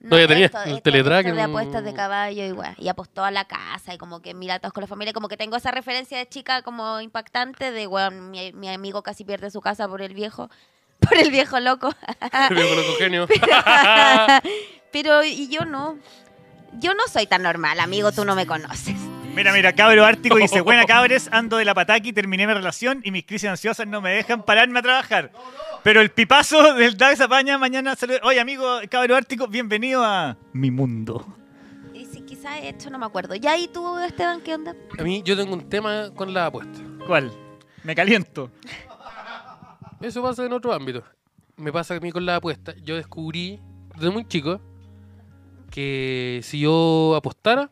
S3: No, ya tenía el Teledrag,
S2: esto de
S3: mm.
S2: apuestas de caballo y weas, y apostó a la casa y como que mira todos con la familia, como que tengo esa referencia de chica como impactante de, weón, mi, mi amigo casi pierde su casa por el viejo, por el viejo loco.
S3: el viejo loco genio.
S2: Pero y yo no. Yo no soy tan normal, amigo, tú no me conoces.
S1: Mira, mira, cabro ártico dice, buena cabres, ando de la pataki, terminé mi relación y mis crisis ansiosas no me dejan pararme a trabajar. Pero el pipazo del DAX apaña mañana. saluda- Oye, amigo cabro ártico, bienvenido a mi mundo.
S2: Y si quizás esto no me acuerdo. Ya y tú, Esteban, ¿qué onda?
S3: A mí yo tengo un tema con la apuesta.
S1: ¿Cuál? Me caliento.
S3: Eso pasa en otro ámbito. me pasa a mí con la apuesta. Yo descubrí desde muy chico que si yo apostara,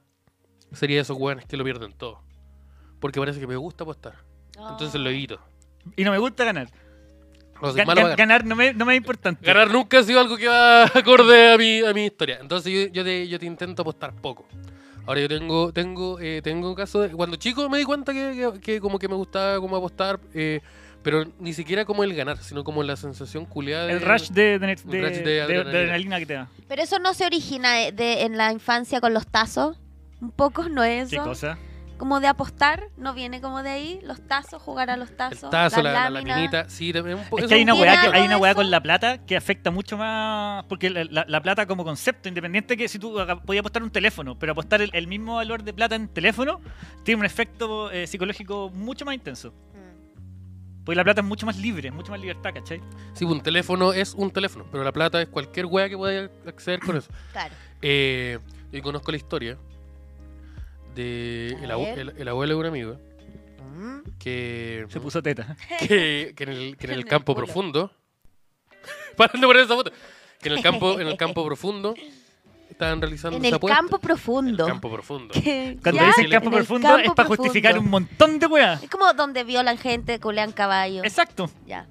S3: sería de esos weones que lo pierden todo. Porque parece que me gusta apostar. Entonces lo evito.
S1: Y no me gusta ganar.
S3: No soy
S1: Ga-
S3: malo
S1: ga-
S3: para ganar.
S1: ganar no me, no me es importante.
S3: Ganar nunca ha sido algo que va acorde a mi, a mi historia. Entonces yo, yo te, yo te intento apostar poco. Ahora yo tengo tengo eh, tengo un caso de... Cuando chico me di cuenta que, que- que como que me gustaba como apostar, eh, pero ni siquiera como el ganar, sino como la sensación culiada
S1: El
S3: de-
S1: rush de, de, de-
S3: rush de
S1: de- de
S3: adrenalina.
S1: adrenalina que te da.
S2: Pero eso no se origina de, de- en la infancia con los tazos. Un poco no es
S1: ¿Qué
S2: eso.
S1: cosa?
S2: Como de apostar, no viene como de ahí. Los tazos, jugar a los
S3: El
S2: tazos.
S3: tazo, la,
S2: las
S3: la
S2: láminas.
S3: laminita. Sí, también un po-
S1: Es
S3: eso
S1: que hay
S3: un
S1: una
S3: poco-
S1: weá,
S2: ¿Tiene
S1: que- hay
S2: algo
S1: una
S2: de
S1: weá
S2: eso?
S1: con la plata que afecta mucho más. Porque la, la- la plata como concepto, independiente que si tú aga- podías apostar un teléfono, pero apostar el, el mismo valor de plata en teléfono, tiene un efecto eh, psicológico mucho más intenso.
S2: Mm.
S1: Porque la plata es mucho más libre, mucho más libertad, ¿cachai?
S3: Sí, un teléfono es un teléfono, pero la plata es cualquier weá que pueda acceder con eso.
S2: Claro.
S3: Eh, yo conozco la historia de
S2: A
S3: el, abu-
S2: ver.
S3: el- el abuelo de un amigo
S2: Mm.
S3: que,
S1: Se puso teta.
S3: que, que en el, que en
S2: En
S3: el
S2: el
S3: campo
S2: culo.
S3: profundo. Parando por esa foto. Que en el campo, en el campo profundo estaban realizando
S2: En
S3: esa
S2: el
S3: apuesta.
S2: campo
S3: En
S2: profundo.
S3: el campo profundo.
S2: ¿Qué?
S1: Cuando
S2: ¿Ya?
S1: dicen campo
S2: En el
S1: profundo es
S2: campo
S1: para
S2: profundo.
S1: justificar un montón de weá.
S2: Es como donde violan gente, culean caballos.
S1: Exacto.
S2: Ya.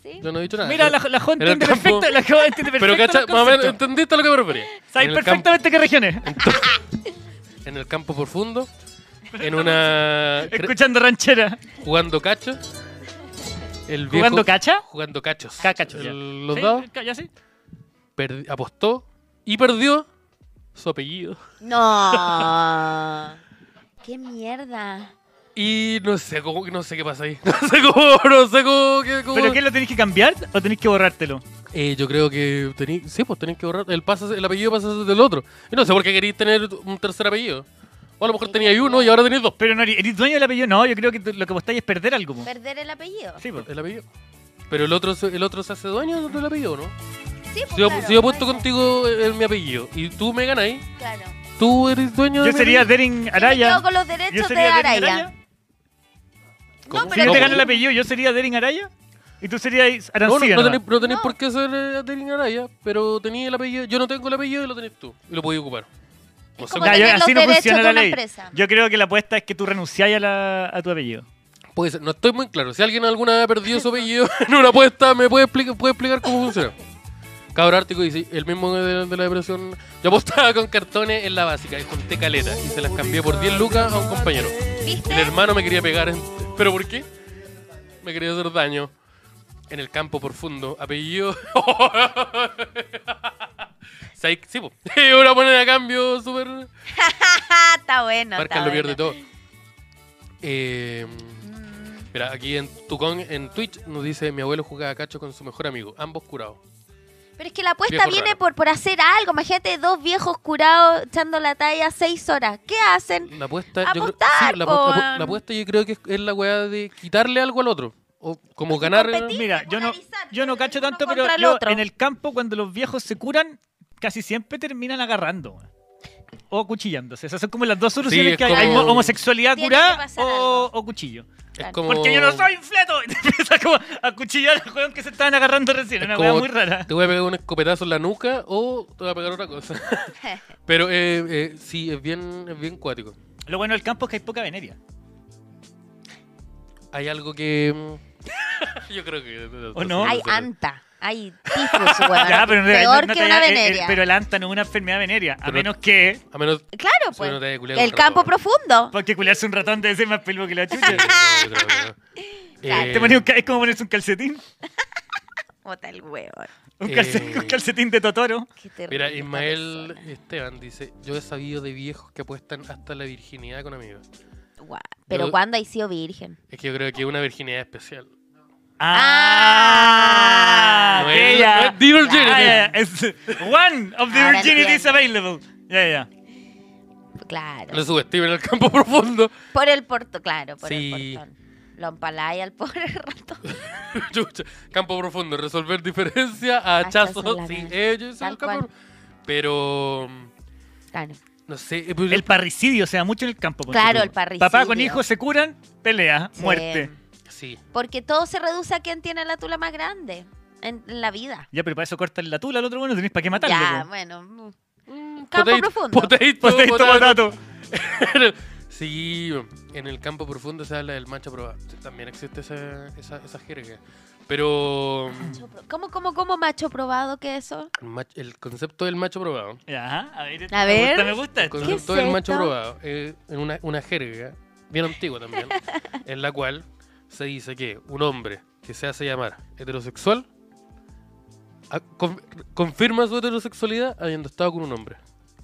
S2: ¿Sí?
S3: Yo no he dicho nada.
S1: Mira, la, la Jo
S3: en el
S1: entiende
S3: campo-
S1: perfecto. La Jo entiende
S3: pero
S1: perfecto.
S3: cacha,
S1: los
S3: más o menos,
S1: conceptos.
S3: entendiste a lo que me refería.
S1: Sabes
S3: En el campo-
S1: perfectamente qué regiones.
S3: en el campo profundo, en una cre-
S1: Escuchando ranchera.
S3: jugando cachos. El viejo
S1: ¿Jugando cacha?
S3: jugando cachos.
S1: Ca- cachos, ya.
S3: El- los
S1: Sí,
S3: dados
S1: ca- ya sí.
S3: perdi- apostó y perdió su apellido.
S2: No. Qué mierda.
S3: Y no sé cómo, no sé qué pasa ahí. No sé cómo, no sé cómo, qué- cómo-
S1: ¿Pero qué lo tenéis que cambiar o tenéis que borrártelo?
S3: Eh, yo creo que tení, sí, pues tenés que borrar el pasa, el apellido pasa a ser del otro. Y no sé por qué queréis tener un tercer apellido. O a lo mejor teníais uno y ahora tenéis dos.
S1: Pero no, ¿eres dueño del apellido? No, yo creo que tú- lo que apostáis es perder algo. po.
S2: Perder el apellido.
S1: Sí, po.
S3: El apellido. Pero el otro, se- el otro se hace dueño del apellido, ¿no?
S2: Sí, pues,
S3: Si yo,
S2: claro,
S3: si yo
S2: puede
S3: apuesto
S2: ser,
S3: contigo eh, mi apellido y tú me ganáis,
S2: Claro.
S3: tú eres dueño de
S1: Yo
S3: mi
S1: sería
S3: apellido.
S1: Dering
S2: Yo me
S1: Araya.
S2: quedo con los
S1: Yo
S2: derechos de
S1: sería Dering
S2: Araya.
S1: Araya.
S3: ¿Cómo?
S2: No,
S1: Si
S2: pero
S1: yo
S3: No,
S1: te
S2: es
S1: gano
S3: pues.
S1: el apellido, yo sería Dering Araya. Y tú serías
S3: No, no,
S1: Arancibia.
S3: no
S1: nomás.
S3: tenéis, no tenéis
S2: No.
S3: por qué ser eh, Adeline Araya, pero tenéis el apellido. Yo no tengo el apellido y lo tenéis tú. Y lo podéis ocupar. Pues No sé
S2: como
S1: Ya,
S3: cómo-
S1: yo-
S2: tener los
S1: así no
S2: derechos
S1: funciona
S2: de
S1: la
S2: una
S1: ley.
S2: empresa.
S1: Yo creo que la apuesta es que tú renunciáis a, la- a tu apellido.
S3: puede ser, no estoy muy claro. Si alguien alguna vez ha perdido su apellido en una apuesta, me puede explicar, puede explicar cómo funciona. Cabro Ártico dice, el mismo de, de la depresión. Yo apostaba con cartones en la básica y junté caleta y se las cambié por 10 lucas a un compañero.
S2: ¿Viste?
S3: El hermano me quería pegar. en- ¿Pero por qué? Me quería hacer daño. En el campo profundo. Apellido. ¿Sabes? Sí, po. Una moneda a cambio súper.
S2: Ah, está bueno.
S3: Marcas
S2: está
S3: lo pierde
S2: bueno.
S3: todo. Eh,
S2: Mm.
S3: mira, aquí en Tucón, en Twitch, nos dice: Mi abuelo jugaba a cacho con su mejor amigo. Ambos curados.
S2: Pero es que la apuesta
S3: Viejo
S2: viene
S3: raro.
S2: por, por hacer algo. Imagínate dos viejos curados echando la talla seis holas. ¿Qué hacen?
S3: La apuesta. yo creo,
S2: Apostar,
S3: sí, la, apu-
S2: po,
S3: apu-
S2: weón.
S3: la apuesta yo creo que es, es la weá de quitarle algo al otro. O como ganar.
S2: competir.
S1: Mira, yo no,
S2: polarizar,
S1: yo no
S2: uno
S1: cacho tanto, pero
S2: contra el
S1: yo
S2: otro.
S1: en el campo cuando los viejos se curan, casi siempre terminan agarrando. weón. O cuchillándose. Esas son como las dos soluciones
S3: es
S1: que hay. hay.
S3: como-
S1: mo- Homosexualidad
S2: Tiene que
S1: curada
S2: pasar
S1: o, o cuchillo.
S3: Es como.
S1: Porque yo no soy infleto. Y te empiezas como a cuchillar al weón que se estaban agarrando recién.
S3: Es
S1: Una weá
S3: como-
S1: muy rara.
S3: Te voy a pegar un escopetazo en la nuca o te voy a pegar otra cosa. Pero eh, eh, sí, es bien, es bien cuático.
S1: Lo bueno del campo es que hay poca veneria.
S3: Hay algo que. mm, Yo creo que.
S1: ¿O no?
S2: Hay
S3: sé.
S2: anta. Hay tifus, weón.
S1: Ya, Ah, pero no-
S2: Peor
S1: no- no
S2: que
S1: te-
S2: una
S1: eh, eh,
S2: veneria.
S1: pero el anta no es una enfermedad veneria. A
S3: Pero-
S1: menos que.
S3: A menos. sí,
S2: claro, pues.
S3: no te haya culiado
S2: el
S3: con ratón.
S2: campo profundo.
S1: Porque culiarse un ratón debe ser más peludo que la
S3: Sí,
S1: chucha.
S3: no, yo creo que no.
S2: Claro.
S3: Eh,
S1: Te ponía un ca- es como ponerse un calcetín.
S2: Bota el huevo.
S1: Un,
S3: Eh.
S1: calcetín un calcetín de Totoro.
S2: Qué terrible
S3: Mira,
S2: esta
S3: Ismael
S2: persona.
S3: Esteban dice: Yo he sabido de viejos que apuestan hasta la virginidad con amigos.
S2: Guau, Pero
S3: Yo-
S2: cuando hay sido virgen.
S3: Es que yo creo que es una virginidad especial.
S1: Ah,
S3: No es- no
S1: ella.
S3: es Dear Virginity.
S1: Ah, ya, ya, es- one of the
S2: Ahora
S1: virginities
S2: entiendo.
S1: available. Ya, ya.
S2: Claro.
S3: Lo subestimen en el campo profundo.
S2: Por el portón, claro, por el
S3: Sí.
S2: portón. Lo empalai al pobre ratón.
S3: Chucha, campo profundo, resolver diferencias, hachazos,
S2: Hachazos en la
S3: sí,
S2: cara.
S3: ellos
S2: Tal
S3: el campo.
S2: cual.
S3: Pero mm,
S2: Claro.
S3: no sé, eh, pero-
S1: El parricidio se da mucho en el campo. ponte
S2: Claro,
S1: tú.
S2: el parricidio.
S1: Papá con hijo se curan, pelea,
S2: Sí.
S1: muerte.
S3: sí.
S2: Porque todo se reduce a quién tiene la tula más grande. en la vida.
S1: Ya, pero para eso cortan la tula al otro bueno, tenéis para qué matarlo.
S2: Ya,
S1: po.
S2: bueno. mm, Un campo profundo.
S3: Potato,
S1: Potato,
S3: potato.
S1: potato.
S3: Sí, en el campo profundo se habla del mancha probado. También existe esa, esa, esa jerga. Pero
S2: Macho pro- ¿Cómo, cómo, cómo macho probado que eso?
S3: el mach- el concepto del macho probado
S1: Ya, ajá, a ver.
S2: A
S1: me
S2: ver.
S1: gusta, me gusta
S3: El
S1: esto.
S3: concepto
S2: es
S3: del macho
S2: esto?
S3: probado es una, una jerga, bien antigua también, en la cual se dice que un hombre que se hace llamar heterosexual a- con- confirma su heterosexualidad habiendo estado con un hombre.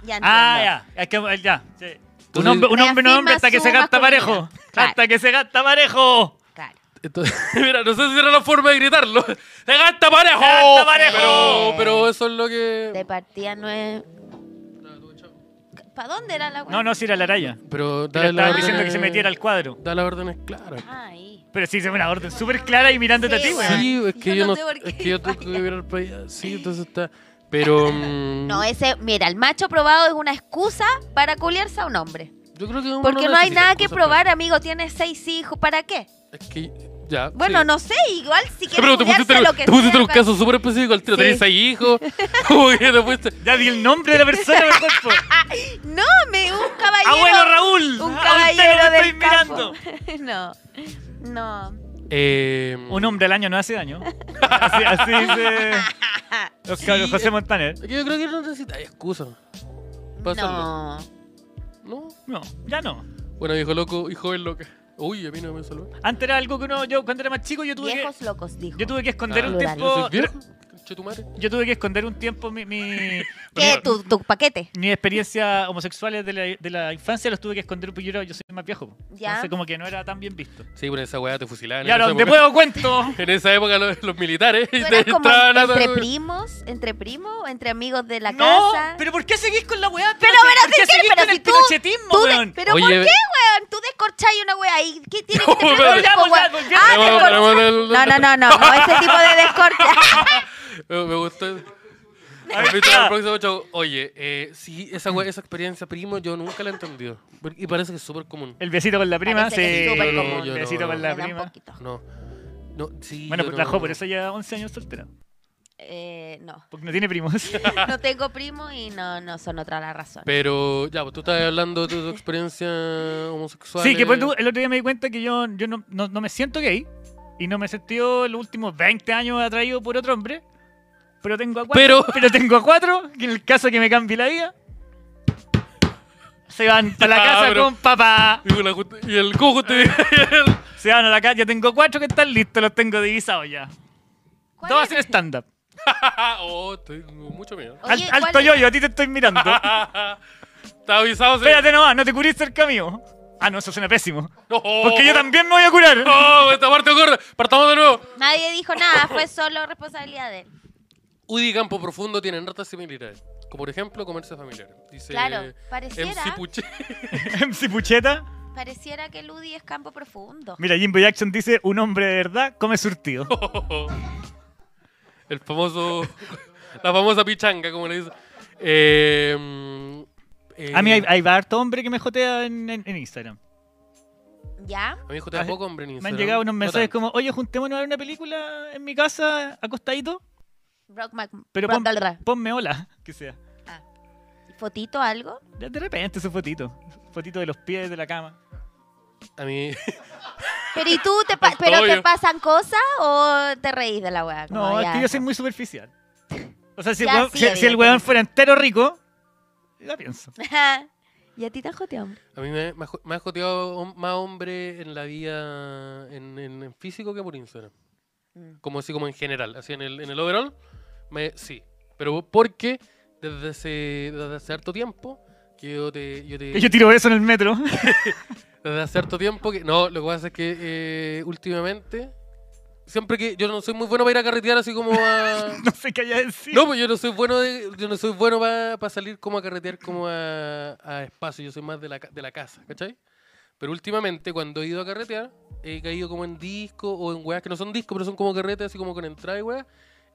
S2: Ya entiendo.
S1: Ah, ya. Es que, ya. sí. Un
S3: Entonces-
S1: hombre, un hombre, no
S2: Reafirma
S1: hombre hasta que
S2: su
S1: se gasta
S2: masculinidad.
S1: parejo.
S2: Claro.
S1: Hasta que se gasta parejo.
S2: Claro.
S3: Entonces, mira, no sé si era la forma de gritarlo. ¡Se gasta parejo!
S1: ¡Se gasta parejo!
S3: Pero, pero eso es lo
S2: De
S3: que...
S2: partida no es. ¿Para dónde era la
S1: No, no, si era la araya.
S3: Pero
S1: Le
S3: da
S1: estaban
S3: las
S2: orden
S1: diciendo
S2: es-
S1: que se
S3: órdenes-
S1: metiera al cuadro.
S3: da las órdenes claras.
S2: Ay.
S1: Pero sí, es una orden súper clara y mirándote a ti,
S2: Sí,
S1: weón.
S2: weón.
S3: Sí, es que
S2: Yo
S3: yo,
S2: no
S3: no,
S2: sé por qué
S3: es que yo tengo que ver al país. Sí, entonces está... Pero... mm,
S2: No, ese. Mira, el macho probado es una excusa para culiarse a un hombre.
S3: Yo creo que uno
S2: Porque no hay
S3: necesita
S2: nada que
S3: cosas,
S2: probar, amigo. Tienes seis hijos. ¿Para qué?
S3: pero- Es que ya.
S2: Bueno,
S3: sí.
S2: no sé. Igual si quieres
S3: Pero te
S2: culiarse
S3: pusiste,
S2: a
S3: lo-
S2: lo que
S3: te pusiste
S2: sea,
S3: un caso súper específico al tiro.
S2: Sí.
S3: Tenés seis hijos. Como que te pusiste.
S1: Ya di el nombre de la persona mejor. po.
S2: No, me, un caballero.
S1: Abuelo Raúl. a
S2: Un
S1: usted
S2: caballero
S1: lo
S2: del
S1: estoy
S2: campo.
S1: mirando.
S2: no. No.
S3: Eh,
S1: Un hombre al año no hace daño. Así, así dice los
S3: Sí,
S1: cabros, José
S3: eh.
S1: Montaner.
S3: es que Yo creo que no necesitas excusas. Pásalo.
S2: No.
S3: No.
S1: No, ya no.
S3: Bueno, viejo loco y joven loca. Uy, a mí no me salvó.
S1: Antes era algo que uno, yo cuando era más chico, yo tuve que,
S2: Viejos locos, dijo.
S1: yo tuve que esconder
S3: Ah,
S1: un
S2: plural.
S3: ¿Yo
S1: tiempo.
S3: soy viejo? Conche tu madre.
S1: Yo tuve que esconder un tiempo mi, mi,
S2: ¿Qué? ¿Tu, tu paquete?
S1: mi experiencia homosexuales de la, de la infancia los tuve que esconder porque yo, era- yo soy más viejo. po.
S2: Ya.
S1: Entonces como que no era tan bien visto.
S3: Sí, por esa weá te fusilaban.
S1: Y ahora,
S3: en,
S1: donde
S3: esa época,
S1: puedo cuento.
S3: en esa época los, los militares.
S2: ¿Tú eras como
S3: entraban a-
S2: entre primos? ¿Entre primos? o ¿Entre amigos de la
S1: No,
S2: casa?
S1: pero ¿por qué seguís con la weá?
S2: Pero,
S1: Pinochet?
S2: pero,
S1: ¿por qué
S2: sí,
S1: seguís
S2: pero
S1: con
S2: si
S1: el
S2: tú-
S1: pinochetismo,
S2: tú de-
S1: weón?
S2: pero
S3: Oye,
S2: ¿por qué,
S3: ve-
S2: weón? Tú descorcháis una wea ahí. ¿Qué tiene que
S3: No,
S2: tener
S3: pero-
S1: eh, Ya,
S2: fresco,
S1: pues, ya,
S2: weón?
S1: pues, ya.
S2: Ah,
S3: Pero-
S2: descorchá-
S3: pero- pero-
S2: No, no, no, no, no. Ese tipo de descorcha.
S3: Me, me gustó.
S1: Ahí
S3: Capítulo
S1: está.
S3: del próximo show. Oye, eh, sí, esa, we- esa experiencia, primo, yo nunca la he entendido. Por- Y parece que es súper común.
S1: El besito con la prima,
S2: Parece que es
S1: sí.
S2: súper
S1: El
S2: común.
S3: Yo no,
S1: besito
S3: yo
S1: con
S3: no.
S1: la
S2: Me da un
S1: prima.
S2: poquito.
S3: No. No, sí.
S1: Bueno,
S3: yo
S1: pues
S3: no-
S1: la Jo, por eso lleva 11 años soltera.
S2: Eh, no.
S1: Porque no tiene primos.
S2: No tengo primo y no, no son otra la razón.
S3: Pero, ya, pues tú estás hablando de tu experiencia homosexual.
S1: Sí, que pues, tú,
S3: eh,
S1: el otro día me di cuenta que yo, yo no, no- no me siento gay. Y no me he sentido en los últimos 20 años atraído por otro hombre. Pero tengo a cuatro.
S3: Pero-
S1: tengo a cuatro. Que en el caso que me cambie la vida. Se van a la
S3: Ah,
S1: casa
S3: pero-
S1: con papá.
S3: Y, la justi- y el cojo te. el-
S1: Se van a la casa. Ya tengo cuatro que están listos. Los tengo divisados ya.
S2: ¿Cuál
S1: Todos hacen
S2: era?
S1: stand-up.
S3: oh, estoy con mucho miedo.
S2: Oye,
S1: Al- alto
S2: ¿cuál-
S1: yo, yo a ti te estoy mirando.
S3: Ah, Está avisado. sí.
S1: Espérate nomás, no te curís cerca mío. Ah, no, eso suena pésimo.
S3: No.
S1: Porque yo también me voy a curar.
S3: No, esta parte ocurre. Partamos de nuevo.
S2: Nadie dijo nada, fue solo responsabilidad de él.
S3: Udi y Campo Profundo tienen ratas similares. Como por ejemplo, comercio familiar. Dice.
S2: Claro,
S3: MC
S2: pareciera,
S3: Puche. Oh.
S1: MC Pucheta.
S2: pareciera que Ludi es campo profundo.
S1: Mira, Jimbo Jackson dice, un hombre de verdad come surtido.
S3: El famoso. La famosa pichanga, como le dicen. Eh, mm, eh,
S1: A mí hay, hay harto hombre que me jotea en, en- en Instagram.
S2: ¿Ya?
S3: A mí hijo, te da poco, hombre, en
S1: Me han
S3: Instagram.
S1: llegado unos
S3: No
S1: mensajes
S3: tanto.
S1: como, oye, juntémonos a ver una película en mi casa, acostadito,
S2: Brock Mac...
S1: pero
S2: Brock
S1: pon-
S2: Dalra.
S1: ponme hola, que sea.
S2: ¿Fotito algo?
S1: De de repente su fotito, fotito de los pies de la cama.
S3: A mí.
S2: Pero ¿y tú te, pa-
S3: Al
S2: pero te
S3: tollo.
S2: pasan cosas o te reís de la weá? Como,
S1: No, es
S2: ya, pues.
S1: que yo soy muy superficial. O sea, si, el
S2: Ya,
S1: weón-
S2: sí,
S1: si- si el weón fuera entero rico, la pienso.
S2: ¿Y a ti te han joteado?
S3: A mí me, me ha jo- me ha joteado hom- más hombre en la vida en, en- en físico que por Instagram.
S2: Mm.
S3: Como así como en general. Así en el, en el overall, me, sí. Pero porque desde hace, desde hace harto tiempo que yo te... Yo te
S1: Yo tiro eso en el metro.
S3: Desde hace harto tiempo que. No, lo que pasa es que eh, últimamente. Siempre que. Yo no soy muy bueno para ir a carretear así como a.
S1: no sé qué haya de decir.
S3: No, pues yo no soy bueno de- yo no soy bueno para salir como a carretear como a, a espacio. Yo soy más de la, ca- de la casa, ¿cachai? Pero últimamente cuando he ido a carretear, he caído como en disco o en weas que no son discos, pero son como carretes así como con entrada y weas.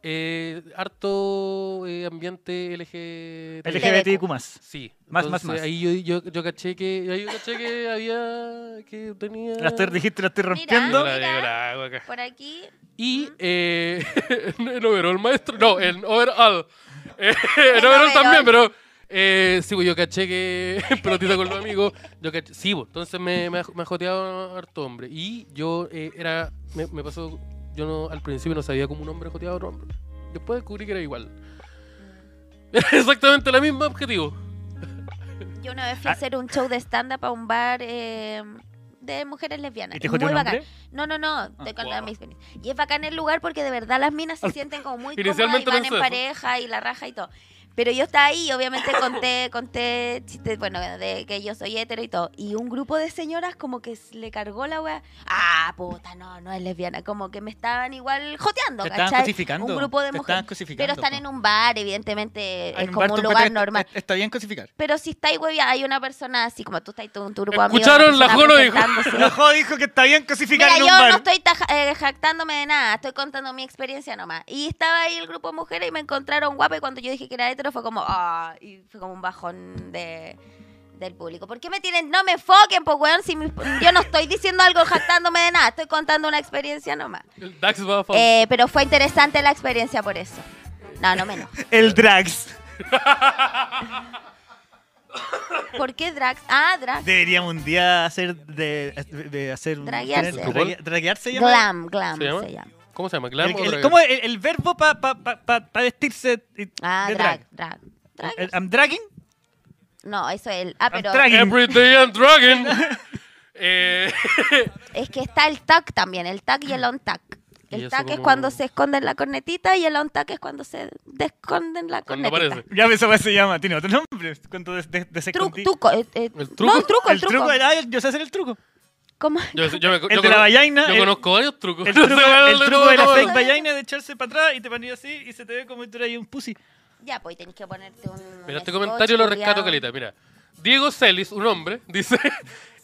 S3: Eh, harto eh, ambiente LG...
S1: LGBTQ más.
S3: Sí.
S1: Más,
S3: entonces,
S1: más, más.
S3: Ahí yo, yo, yo caché que, ahí yo caché que había... Que tenía...
S1: La estoy, dijiste, la estoy
S3: Yo
S1: rompiendo.
S3: la- yo
S2: Mira.
S3: la hago acá.
S2: Por aquí.
S3: Y eh, el overall maestro, no, el overall. Eh, el,
S2: El
S3: overall
S2: overall.
S3: también, pero eh, sí, pues yo caché que pelotita con los amigos. Yo caché, sí, pues, entonces me, me, ha- me ha joteado harto hombre. Y yo eh, era, me, me pasó, yo no, al principio no sabía cómo un hombre joteaba a otro hombre. Después descubrí que era igual. Era exactamente la misma objetivo.
S2: Yo una vez fui a
S1: Ah.
S2: hacer un show de stand-up a un bar eh, de mujeres lesbianas.
S1: ¿Y te
S2: Es
S1: jodió
S2: muy
S1: un
S2: bacán.
S1: hombre?
S2: No, no, no. Estoy
S3: Ah,
S2: contando
S3: wow.
S2: mis experiencias. Y es bacán el lugar porque de verdad las minas se sienten como muy cómodas y
S3: Inicialmente
S2: van en
S3: pensé eso.
S2: pareja y la raja y todo. Pero yo estaba ahí y obviamente conté, conté chistes, bueno, de que yo soy hetero y todo. Y un grupo de señoras como que s- le cargó la wea. Ah, puta, no, no es lesbiana. Como que me estaban igual joteando,
S1: Te estaban
S2: ¿cachai?
S1: cosificando.
S2: Un grupo de
S1: Te estaban
S2: mujeres. Pero
S1: cosificando,
S2: están
S1: po.
S2: en un bar, evidentemente,
S1: Ah, en
S2: es
S1: un
S2: como
S1: bar tú encuentras
S2: un
S1: este
S2: lugar
S1: que
S2: normal.
S1: Está bien cosificar.
S2: Pero si estáis huevía, hay una persona así como tú estás tú, tu grupo de amigos,
S3: Escucharon,
S2: una
S3: la
S2: persona
S3: Jolo dijo.
S2: presentándose.
S1: La Jo dijo que está bien cosificar
S2: Mira,
S1: en
S2: yo
S1: un bar.
S2: no estoy taja- eh, jactándome de nada, estoy contando mi experiencia nomás. Y estaba ahí el grupo de mujeres y me encontraron guapa y cuando yo dije que era hetero fue como, ah, y fue como un bajón de, del público. ¿Por qué me tienen? No me enfoquen, pues weón, si mi- yo no estoy diciendo algo jactándome de nada, estoy contando una experiencia nomás.
S3: El Dax va a favor.
S2: Eh, pero fue interesante la experiencia por eso. No, no menos.
S1: El Drax.
S2: ¿Por qué Drax? Ah, Drax.
S1: Deberíamos un día hacer de, de hacer un-
S2: Draguearse.
S1: tener- drague- draguearse se llama.
S2: Glam, glam
S3: ¿Se llama?
S2: se llama.
S3: ¿Cómo se llama? eh, ¿Glam
S1: El-
S3: o
S1: el-
S3: drag?
S1: ¿Cómo es el, el verbo para pa, pa, pa- pa vestirse eh,
S2: Ah,
S1: de
S2: drag, drag. drag.
S1: El- ¿I'm dragging?
S2: No, eso es el. Ah, pero
S1: drag.
S3: Every day I'm drugging. eh,
S2: es que está el tag también, el tag y el on tag.
S3: ¿Y
S2: El
S3: eso
S2: tag es
S3: cómo?
S2: cuando se esconde en la cornetita y el on tag es cuando se desconden la
S3: cuando
S2: cornetita.
S3: aparece.
S1: Ya ves, esa se llama. Tiene otro nombre. Cuando de, de, de-
S2: Truco,
S1: de-
S2: truco, eh, eh,
S3: ¿El truco?
S2: No, el truco, el,
S1: El truco. ah, yo sé hacer el truco.
S2: ¿Cómo?
S3: Yo, yo me- yo
S1: de
S3: cono-
S1: la vallaina,
S3: Yo
S1: el-
S3: conozco varios trucos.
S1: El truco,
S3: No sé cuál es
S1: el truco de la
S3: truco.
S1: fake vagina de echarse para atrás y te ponías así y se te ve como si tú eras un pussy.
S2: Ya, pues tenés que ponerte un.
S3: Mira, este
S2: un
S3: comentario lo
S2: scotch
S3: rescato,
S2: culiao.
S3: Caleta. Mira. Diego Celis, un hombre, dice: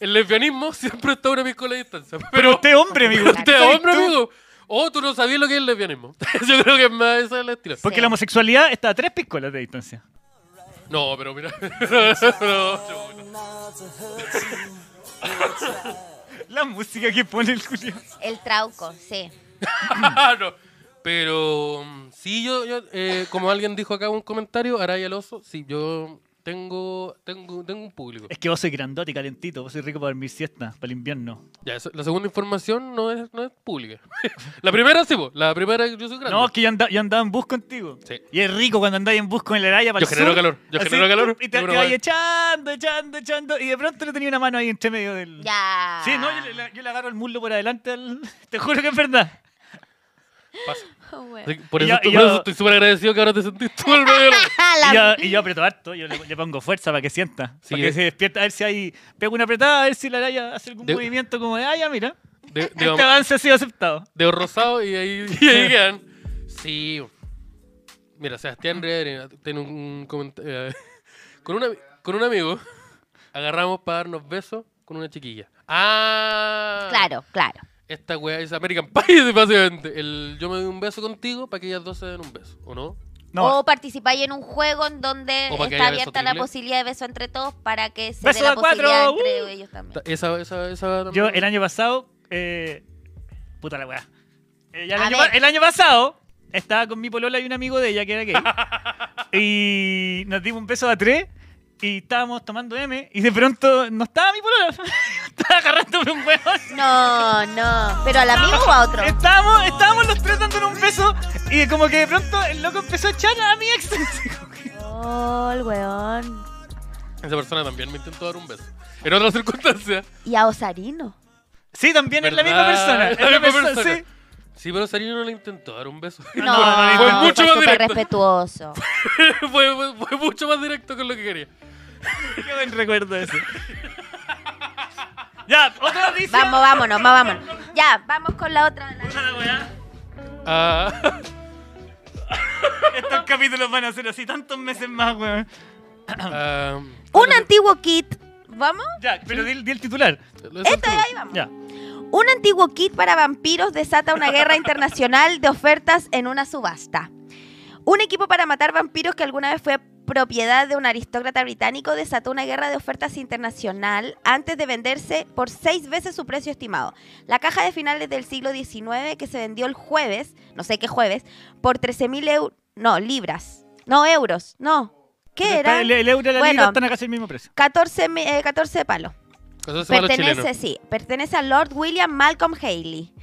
S3: El lesbianismo siempre está a una piscola de distancia. Pero
S1: Este hombre, amigo.
S2: Claro.
S3: usted,
S2: ¿soy
S3: hombre,
S1: tú?
S3: amigo. Oh, tú no sabías lo que es el lesbianismo. Yo creo que es más esa es la estilo.
S1: Porque
S2: Sí.
S1: la homosexualidad está a tres piscolas de distancia.
S3: No, pero mira. Pero-
S1: La música que pone el Julio.
S2: El trauco, sí.
S3: no. Pero mm, sí, yo, yo, eh, como alguien dijo acá en un comentario, Araya el oso, sí, yo tengo, tengo, tengo un público.
S1: Es que vos sois grandote y calentito, vos sois rico para dormir siesta, para el invierno.
S3: Ya, eso- la segunda información no es, no es pública. la primera sí, po, la primera yo soy grande.
S1: No, es que yo, anda- yo andaba en bus contigo.
S3: Sí.
S1: Y es rico cuando andáis en bus con el araya para
S3: Yo
S1: el
S3: genero
S1: sur,
S3: calor, yo
S1: así,
S3: genero calor,
S1: Y te,
S3: yo
S1: te
S3: creo
S1: vas
S3: que-
S1: echando, echando, echando. Y de pronto le tenía una mano ahí entre medio del.
S2: Ya.
S1: Sí, no, yo le- le, yo le agarro el muslo por adelante al. Te juro que es verdad.
S3: Pasa.
S2: Bueno.
S3: Así que Por
S1: Y
S3: eso,
S1: yo-
S3: estoy-
S1: y
S3: por
S1: yo-
S3: eso estoy súper agradecido que ahora te sentís tú el bebé.
S2: Ah, la-
S1: Y yo, y yo aprieto harto, yo le, le pongo fuerza para que sienta.
S3: Sí,
S1: para que
S3: eh.
S1: se despierta, a ver si hay. Pego una apretada, a ver si la araya hace algún
S3: De-
S1: movimiento como de. Ah, ya, mira.
S3: De, de,
S1: Este avance ha sido aceptado.
S3: de rosado y ahí, y ahí quedan. Sí. po. Mira,
S1: Ah.
S3: Sebastián Rivera tiene un comentario. Con, una, con un amigo agarramos para darnos besos con una chiquilla. Ah.
S2: Claro, claro.
S3: Esta weá es American Pie, básicamente. El, yo me doy un beso contigo para que ellas dos se den un beso, ¿o no?
S1: No,
S2: O participáis en un juego en donde
S3: O para que
S2: está
S3: haya beso
S2: abierta la
S3: triple.
S2: posibilidad de beso entre todos para que se
S1: Beso
S2: dé la
S1: de cuatro,
S2: posibilidad
S1: ¡uh!
S2: entre ellos también.
S3: Ta- Esa, esa, esa.
S1: yo el año pasado. eh, puta la weá. Eh, ya el,
S2: A
S1: año,
S2: ver.
S1: pa- el año pasado estaba con mi polola y un amigo de ella que era gay. y nos dimos un beso a tres. Y estábamos tomando M. Y de pronto no estaba mi polola. estaba agarrándome un huevo.
S2: No, no. ¿Pero al amigo o a otro?
S1: Estábamos, estábamos los tres dándole un beso y como que de pronto el loco empezó a echar a mi ex.
S2: Oh, el weón.
S3: Esa persona también me intentó dar un beso. En otras circunstancias.
S2: Y a Osarino.
S1: Sí, también es la misma persona.
S3: ¿Verdad?
S1: Es la misma persona. Sí.
S3: Sí, pero Sarino no le intentó dar un beso.
S2: No,
S1: no,
S3: fue
S1: no,
S3: mucho más
S2: fue súper
S3: directo.
S2: respetuoso.
S3: fue, fue- fue mucho más directo con lo que quería.
S1: Qué buen recuerdo ese. ya, otra noticia.
S2: Vamos, vámonos, más vámonos. Ya, vamos con la otra. la-
S1: Otra weá.
S3: Ah,
S1: Estos capítulos van a ser así tantos meses más, weón.
S3: ah,
S2: Un antiguo kit. ¿Vamos?
S1: Ya, pero di, di el titular.
S3: eso es
S2: Esto,
S3: todo.
S2: ahí vamos.
S1: Ya.
S2: Un antiguo kit para vampiros desata una guerra internacional de ofertas en una subasta. Un equipo para matar vampiros que alguna vez fue propiedad de un aristócrata británico desató una guerra de ofertas internacional antes de venderse por seis veces su precio estimado. La caja de finales del siglo XIX que se vendió el jueves, no sé qué jueves, por 13.000 euros, no, libras, no euros, no. ¿Qué
S1: Está
S2: era?
S1: El, el euro y la
S2: Bueno.
S1: libra están a casi el mismo precio.
S2: 14, mi- eh, 14 palos.
S3: Cosas para los
S2: Pertenece,
S3: chilenos.
S2: sí, pertenece a Lord William Malcolm Haley,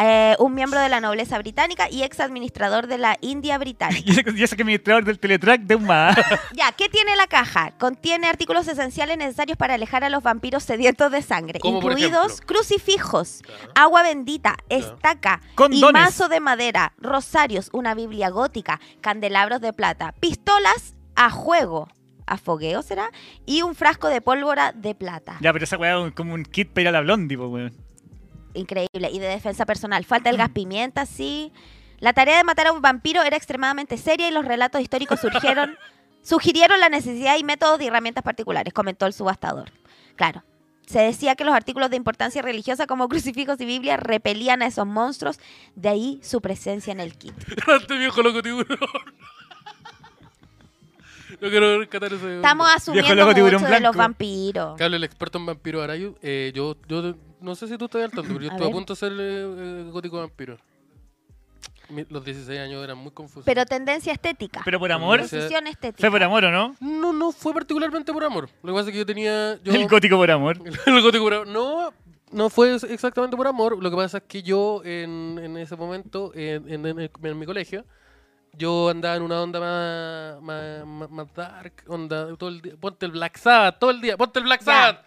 S2: eh, un miembro de la nobleza británica y ex administrador de la India británica.
S1: Y ese, y ese que administrador del Teletrack de un más.
S2: Ya, ¿qué tiene la caja? Contiene artículos esenciales necesarios para alejar a los vampiros sedientos de sangre,
S3: Como por
S2: incluidos
S3: ejemplo.
S2: crucifijos,
S3: Claro.
S2: agua bendita, estaca y
S1: Condones.
S2: mazo de madera, rosarios, una biblia gótica, candelabros de plata, pistolas a juego, a fogueo será, y un frasco de pólvora de plata.
S1: ya, pero esa weá es como un kit para ir a la blondie, po, weón.
S2: Increíble. Y de defensa personal. Falta el gas pimienta, sí. La tarea de matar a un vampiro era extremadamente seria y los relatos históricos surgieron, sugirieron la necesidad y métodos y herramientas particulares, comentó el subastador. Claro. Se decía que los artículos de importancia religiosa como crucifijos y Biblia repelían a esos monstruos, de ahí su presencia en el kit.
S3: este viejo loco tiburón. No quiero rescatar ese.
S2: Estamos asumiendo
S1: loco
S2: mucho
S1: tiburón
S2: de los
S1: blanco.
S2: vampiros.
S3: Que hable el experto en vampiro Arayu. Eh, yo, yo no sé si tú estás al tanto, pero yo
S2: A
S3: estuve a
S2: ver.
S3: punto de ser eh, eh, gótico vampiro. Mi- Los 16 años eran muy confusos.
S2: Pero tendencia estética.
S1: Pero por amor,
S3: Gracias.
S2: Decisión estética.
S1: fue por amor o no?
S3: No, no fue particularmente por amor. Lo que pasa es que yo tenía. Yo,
S1: El gótico por amor.
S3: El gótico por amor. No, no fue ex- exactamente por amor. Lo que pasa es que yo en, en ese momento, en, en- en el- en mi colegio, yo andaba en una onda más, más, más- más dark, onda todo el día. Ponte el Black Sabbath, todo el día, ponte el Black
S2: Ya.
S3: Sabbath.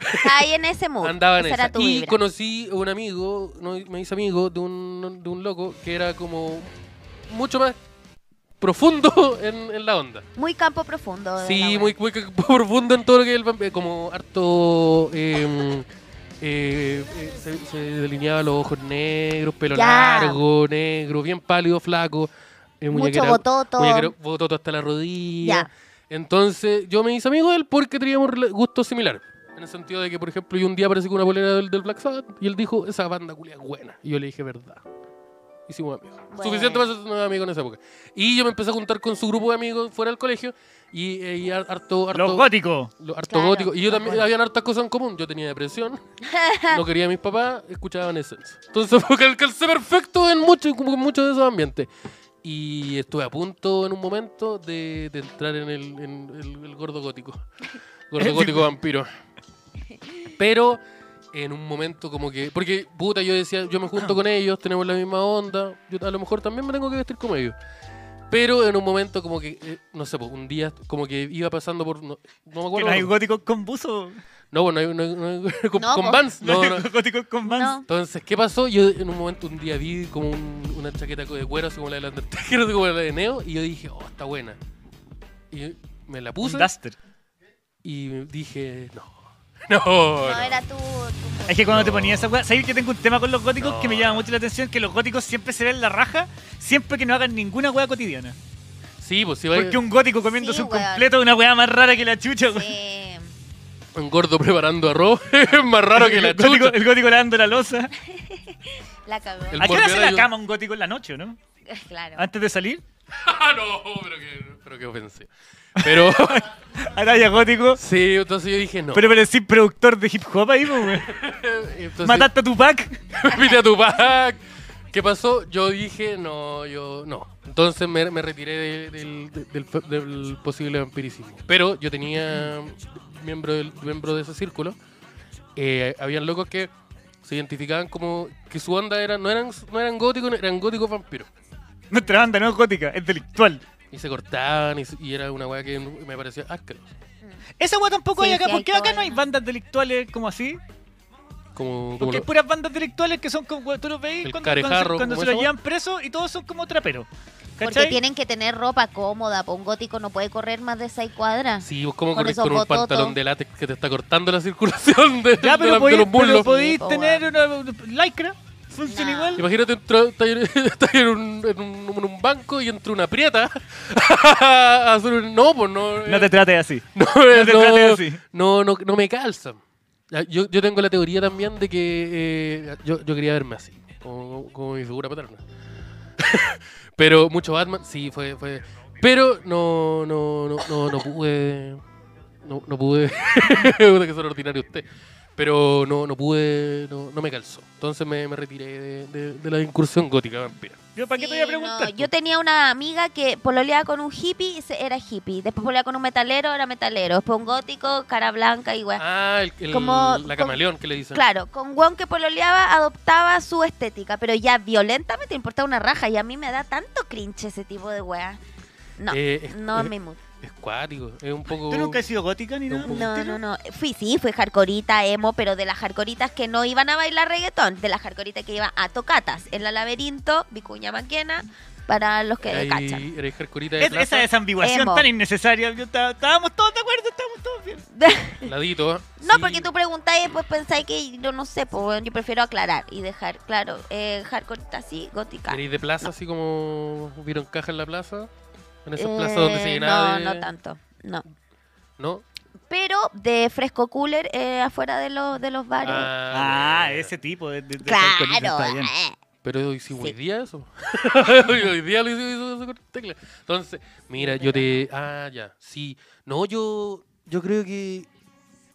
S2: Está ahí en ese mood.
S3: Andaba en
S2: Esa
S3: esa.
S2: era tu
S3: Y
S2: vibra.
S3: conocí a un amigo, no, me hice amigo de un, de un loco que era como mucho más profundo en, en la onda.
S2: Muy campo profundo. de la
S3: Sí,
S2: wea.
S3: muy, muy profundo en todo lo que es el vampiro. Como harto. eh, eh, eh, se, se delineaba los ojos negros, pelo
S2: Ya.
S3: largo, negro, bien pálido, flaco. eh,
S2: Mucho
S3: muñequera-
S2: bototo.
S3: muñequero- bototo hasta la rodilla.
S2: Ya.
S3: Entonces, yo me hice amigo de él porque teníamos rela- gustos similares. En el sentido de que, por ejemplo, yo un día aparecí con una bolera del, del Black Sabbath y él dijo, esa banda culia es buena. Y yo le dije, verdad. Hicimos amigos.
S2: Bueno.
S3: Suficiente para ser un amigo en esa época. Y yo me empecé a juntar con su grupo de amigos fuera del colegio y, eh, y har- harto, harto,
S1: Los góticos.
S3: lo- harto
S2: Claro,
S3: gótico. Y yo
S2: los
S3: también,
S2: góticos.
S3: habían hartas cosas en común. Yo tenía depresión, no quería a mis papás, escuchaba Essence. Entonces fue cal- calcé perfecto en muchos en muchos de esos ambientes. Y estuve a punto en un momento de, de entrar en, el, en el- el gordo gótico. Gordo gótico vampiro. Pero en un momento como que... Porque, puta, yo decía, yo me junto con ellos, tenemos la misma onda, yo a lo mejor también me tengo que vestir como ellos. Pero en un momento como que, eh, no sé, pues, un día como que iba pasando por... No, no me
S1: Que
S3: acuerdo.
S1: no hay góticos con buzo.
S3: No, bueno, no hay- no hay- no hay- con,
S2: No,
S3: con
S2: po.
S3: Vans.
S1: No,
S3: No,
S1: hay
S3: no.
S1: góticos con vans.
S2: No.
S3: Entonces, ¿qué pasó? Yo en un momento, un día vi como un- una chaqueta de cuero, así como la de la Undertaker, así como la de Neo, y yo dije, oh, está buena. Y yo me la puse
S1: Un duster.
S3: y dije, no, no,
S2: No
S3: no.
S2: era tu. tu-
S1: Es que cuando te
S3: No.
S1: ponía esa weá, ¿sabes que tengo un tema con los góticos
S3: No.
S1: que me llama mucho la atención? Que los góticos siempre se ven la raja, siempre que no hagan ninguna weá cotidiana.
S3: Sí, pues si va
S1: Porque un gótico comiéndose
S2: Sí,
S1: un
S2: weón.
S1: completo es una weá más rara que la chucha, weón.
S2: Sí.
S3: un gordo preparando arroz, es más raro que la
S1: el, gótico,
S3: chucha.
S1: el gótico lavando la losa.
S2: La cagó.
S3: El
S1: ¿A qué hora
S3: morbidayo.
S1: hace la cama un gótico en la noche, no?
S2: Claro.
S1: Antes de salir,
S3: Ah, no, pero qué, pero qué ofensivo. Pero,
S1: Araya gótico.
S3: sí, entonces yo dije, no.
S1: Pero parecís productor de hip hop ahí, pues, weón.
S3: Entonces-
S1: Mataste a tu pack.
S3: Viste a Tupac. ¿Qué pasó? Yo dije, no, yo no. Entonces me, me retiré de- del, del- del posible vampiricismo. Pero yo tenía miembro, del, miembro de ese círculo. eh, habían locos que se identificaban como que su onda era, no eran, no eran góticos, eran góticos vampiros.
S1: Nuestra banda no es gótica, es delictual.
S3: Y se cortaban y, se- y era una weá que me parecía asquerosa.
S1: Esa weá tampoco
S2: Sí,
S1: hay acá,
S2: sí, hay
S1: porque acá
S2: todo.
S1: no hay bandas delictuales como así.
S3: Como, como
S1: Porque hay
S3: lo-
S1: puras bandas delictuales que son como, tú los veis
S3: El
S1: cuando, cuando se-
S3: carejarro,
S1: cuando
S3: ¿cómo
S1: se
S3: es
S1: los
S3: esa
S1: llevan presos y todos son como traperos.
S2: Porque
S1: ¿Cachai?
S2: tienen que tener ropa cómoda, pues un gótico no puede correr más de 6 cuadras.
S3: Sí, vos como
S2: con
S3: con,
S2: esos
S3: con un
S2: bototos.
S3: pantalón de látex que te está cortando la circulación de,
S1: Ya,
S3: de
S1: pero
S3: la- de
S1: podéis, pero
S3: los muslos.
S1: podéis
S2: Sí, po,
S1: tener una, una lycra, funciona
S2: No.
S1: igual.
S3: Imagínate, entra- estás en, estás en un, en un- en un banco y entra una prieta a hacer un... No, pues no... eh,
S1: No te trates así.
S3: no,
S1: no
S3: eh,
S1: te
S3: no,
S1: trates así.
S3: no, no, no me calza. Ah, Yo, yo tengo la teoría también de que eh, yo, yo quería verme así, como, como mi figura paterna. Pero mucho Batman, sí, fue. fue pero no, no, no, no, no pude. No, no pude. Puta que son ordinario usted. Pero no, no pude. No, no me calzó. Entonces me, me retiré de, de- de la incursión gótica vampira.
S1: Yo, ¿Para qué te
S2: Sí,
S1: voy a preguntar?
S2: no, yo tenía una amiga que pololeaba con un hippie, se- era hippie. Después pololeaba con un metalero, era metalero. Después un gótico, cara blanca y weá.
S3: Ah, el, el-
S2: Como-
S3: la
S2: como-
S3: camaleón que le dicen.
S2: Claro, con Wong que pololeaba adoptaba su estética, pero ya violentamente importaba una raja y a mí me da tanto cringe ese tipo de weá. No,
S3: Eh, es,
S2: no es
S3: es,
S2: mi mood.
S3: es cuático, es un poco.
S1: ¿Tú nunca has sido gótica ni nada? por el
S2: No,
S1: estilo?
S2: no, no. Fui, sí, fui hardcoreita, emo, pero de las hardcoreitas que no iban a bailar reggaetón, de las hardcoreitas que iban a tocatas en la laberinto, Vicuña Maquena, para los que
S3: Ahí-
S2: cachan.
S3: eres hardcoreita de
S1: Es-
S3: plaza,
S1: esa desambiguación
S2: Emo.
S1: tan innecesaria. yo estaba- estábamos todos de acuerdo, estábamos todos bien.
S3: ladito. ¿eh?
S2: No,
S3: Sí.
S2: porque tú preguntáis y después pensáis pues, que yo no sé, pues bueno, yo prefiero aclarar y dejar claro, eh, hardcoreita sí, gótica.
S3: ¿Queréis de plaza, así como vieron caja en la plaza? En esas plazas
S2: Eh,
S3: donde se llenaba
S2: No,
S3: de-
S2: no tanto, no.
S3: ¿No?
S2: Pero de fresco cooler eh, afuera de los, de los bares.
S1: Ah,
S3: bueno.
S1: ese tipo de. de- de alcoholismo
S2: claro.
S1: está bien.
S2: eh.
S3: Pero hicimos
S2: Sí.
S3: hoy día eso. hoy día lo hicimos eso con tecla. Entonces, mira, yo te... Ah, ya. Sí. No, yo... Yo creo que...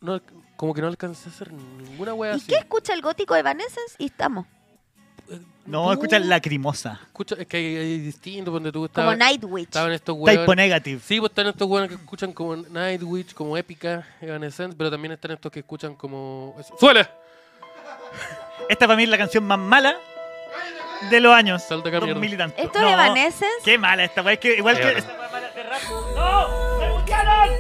S3: No, alc- como que no alcancé a hacer ninguna wea
S2: ¿Y
S3: así.
S2: qué escucha el gótico de Evanescence? Y estamos.
S1: No, escucha lacrimosa.
S3: Escucha, es que hay, hay distinto donde tú
S2: Como
S3: estabas...
S2: Nightwitch.
S3: Estaban estos weones...
S1: Typo negative.
S3: Sí, pues están estos buenos que escuchan como Nightwitch, como Épica, Evanescence, pero también están estos que escuchan como... ¡Suela!
S1: Esta para mí es la canción más mala de los años.
S3: Salta acá,
S1: 2000 y tanto.
S2: ¿Esto
S1: No,
S2: de Evanescence?
S1: Qué mala esta, güey. Es que igual
S3: Sí,
S1: que.
S3: ahora.
S1: esta mala de rap. ¡No! ¡Me mutearon! ¡Me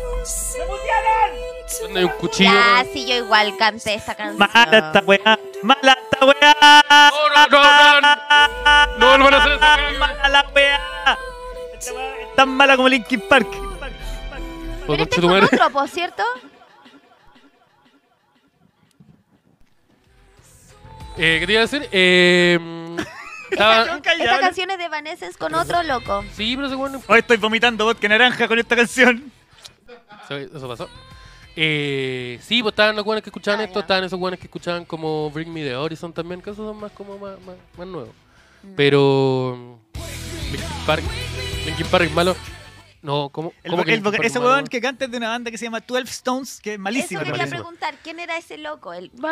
S1: mutearon!
S3: Donde hay un cuchillo...
S2: Ya, sí, yo igual canté esta canción.
S1: Mala esta
S2: Ah.
S1: weá, mala esta weá.
S3: No, no, no, no. No vuelvan a hacer esa
S1: Ah,
S3: weá.
S1: Mala la weá. Esta weá es tan mala como Linkin Park.
S3: Pues,
S2: Pero este
S3: conche
S2: es
S3: tu
S2: con
S3: madre.
S2: otro, po, ¿cierto?
S3: Eh, ¿Qué te iba a decir? Eh, mm, estaba-
S2: Esta canción es de Evanescence con otro loco.
S3: sí, pero ese weón no
S1: Hoy estoy vomitando vodka naranja con esta canción.
S3: Se- Eso pasó. Eh, sí, pues estaban los guanes que escuchaban
S2: Ah,
S3: esto,
S2: ya.
S3: estaban esos guanes que escuchaban como Bring Me the Horizon también, que esos son más como más, más, más nuevos.
S2: Mm.
S3: Pero mm, Linkin Park, Linkin Park es malo. No, ¿cómo?
S1: El
S3: cómo
S1: vo-
S3: que
S1: el
S3: Linkin
S1: vo-
S3: Park es
S1: ese
S3: malo?
S1: weón que canta es de una banda que se llama 12 Stones, que es malísima.
S2: Eso quería
S1: también.
S2: preguntar. ¿Quién era ese loco? El...
S3: Es un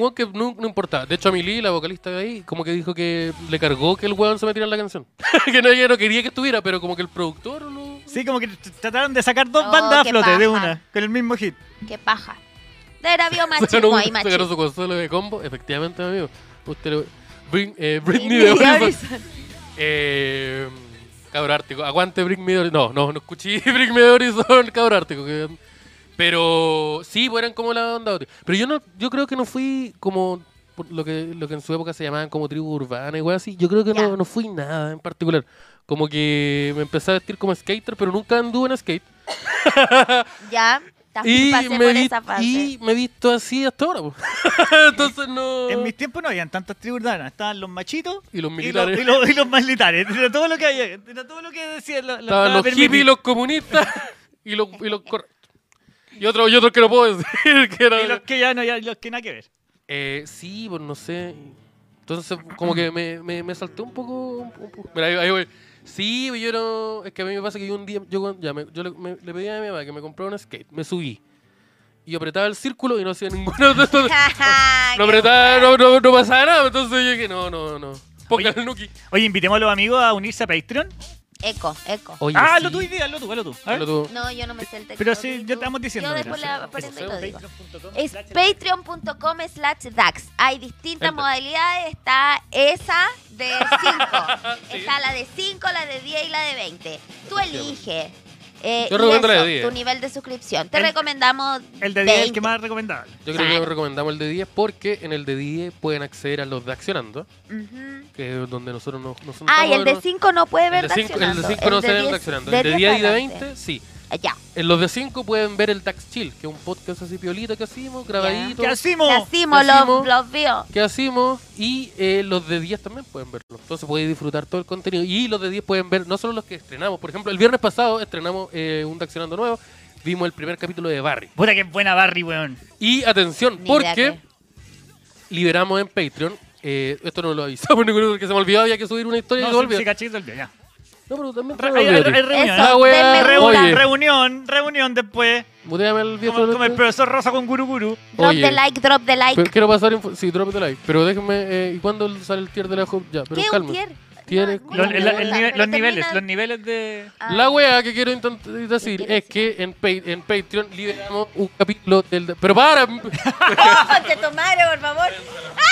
S3: weón que no, no importaba. De hecho, a Milly, la vocalista de ahí, como que dijo que le cargó que el weón se metiera en la canción. que no, ella no quería que estuviera, pero como que el productor no...
S1: Sí, como que tr- trataron de sacar dos
S2: Oh,
S1: bandas a
S2: qué
S1: flote de
S2: paja.
S1: una, con el mismo hit.
S2: Qué paja. Era habido
S3: Sacaron,
S2: machismo
S3: un-
S2: ahí,
S3: sacaron
S2: machismo.
S3: su consuelo de combo, efectivamente, amigo. Usted lo- Bring, eh, Britney de Horizon. Eh, cabro ártico. Aguante Bring Me the Horizon. No, no, no escuché Bring Me the Horizon, cabro ártico. que- Pero sí, pues eran como la onda. gótica. Pero yo no, yo creo que no fui como por lo que, lo que en su época se llamaban como tribu urbana y weas así. Yo creo que
S2: Ya.
S3: no, no fui nada en particular. Como que me empecé a vestir como skater, pero nunca anduve en skate.
S2: Ya, también
S3: Y
S2: pasé
S3: me,
S2: por
S3: vi-
S2: esa fase.
S3: y me he visto así hasta ahora. po. Entonces no.
S1: En mis tiempos no habían tantas tribus urbanas, estaban los machitos
S3: Y los
S1: y los,
S3: militares.
S1: y los- y los militares. Era todo lo que había, era todo lo que decía la, la-
S3: Estaban
S1: la
S3: los
S1: permitida.
S3: hippies, los comunistas y los, y los correctos. Y otro, y otro que no puedo decir. Que era-
S1: Y los que ya no, ya, los que nada que ver.
S3: Eh, sí, pues no sé. Entonces, como que me, me, me salté un poco. un poco. Mira, ahí, ahí voy. Sí, pues yo no. Es que a mí me pasa que yo un día. Yo, con- ya, me- yo le, me- le pedí a mi mamá que me comprara un skate. Me subí. Y apretaba el círculo y no hacía ninguno de estos. No apretaba, no, no, no pasaba nada. Entonces yo dije, no, no, no. Ponga el Nuki.
S1: Oye, invitemos a los amigos a unirse a Patreon.
S2: Eco, eco.
S3: Oye,
S1: ah,
S3: sí.
S1: lo tú hoy día, hazlo tú, hazlo tú. A ver.
S3: Hazlo tú.
S2: No, yo no me sé el texto.
S1: Pero sí,
S2: ¿tú?
S1: ya estamos diciendo,
S2: Yo
S1: mira,
S2: después le
S1: sí.
S2: aprendo y
S3: Eso,
S2: lo digo.
S1: Patreon.com.
S2: Es patreon.com slash DAX. Hay distintas
S3: El DAX.
S2: modalidades. Está esa de 5. Está la de 5, la de 10 y la de 20. Tú eliges. Eh,
S3: Yo recomiendo la de
S2: ingreso,
S3: 10.
S2: Tu nivel de suscripción. Te
S1: El-
S2: recomendamos.
S1: El de 10 es el
S2: 20.
S1: que más recomendable.
S3: Yo creo que
S2: Claro.
S3: recomendamos el de 10 porque en el de 10 pueden acceder a los de Accionando,
S2: Ujú.
S3: que es donde nosotros nos, nos sentamos.
S2: Ah, y el de
S3: ¿no?
S2: 5 no puede ver
S3: El de 5
S2: Daxionando.
S3: no se ve el de
S2: 10
S3: Accionando.
S2: de
S3: El de 10 y de
S2: adelante. Ah,
S3: 20, sí.
S2: Ya.
S3: En los de 5 pueden ver el Dax Chill, que es un podcast así piolita que hacimos, grabadito,
S1: ¿Qué hacemos?
S2: Ya hicimos
S3: Ya
S2: los,
S3: hicimos.
S2: los vio.
S3: que hacimos. Y eh, los de 10 también pueden verlo. Entonces pueden disfrutar todo el contenido. Y los de 10 pueden ver no solo los que estrenamos. Por ejemplo, el viernes pasado estrenamos eh, un Daxionando nuevo. vimos el primer capítulo de Barry.
S1: Puta que buena Barry, weón.
S3: Y atención,
S2: Mira
S3: porque
S2: que-
S3: liberamos en Patreon. eh, esto no lo avisamos ninguno porque se me olvidó, había que subir una historia y se
S1: No,
S3: me
S1: sí,
S3: olvidó.
S1: sí, caché, se olvidó, ya.
S3: No, pero también se
S1: Re-
S3: me
S1: hay- hay- hay
S3: olvidó.
S1: reunión.
S2: Eso.
S1: ¿ah?
S3: La wea,
S2: denme
S1: Reunión,
S3: oye,
S1: reunión, reunión después.
S3: muteame el viejo.
S1: Como, como el
S3: este.
S1: profesor Rosa con Guru Guru.
S2: Drop
S3: Oye.
S2: the like, drop the like.
S3: Pero quiero pasar info- Sí, drop it like. Pero déjenme. eh, ¿Y cuándo sale el tier de la Hop? Ya, pero
S2: ¿Qué un
S3: calma.
S2: tier?
S3: Tier
S2: No,
S3: es-
S2: no,
S1: Los, el- el
S2: no,
S1: nive-
S2: pero
S1: los
S2: termina-
S1: niveles, los niveles de.
S2: Ah.
S3: La weá que quiero intent- decir
S2: ¿Qué
S3: es que en, Pa- en Patreon liberamos un capítulo del. Pero para.
S2: ¡Oh, que tomare, por favor!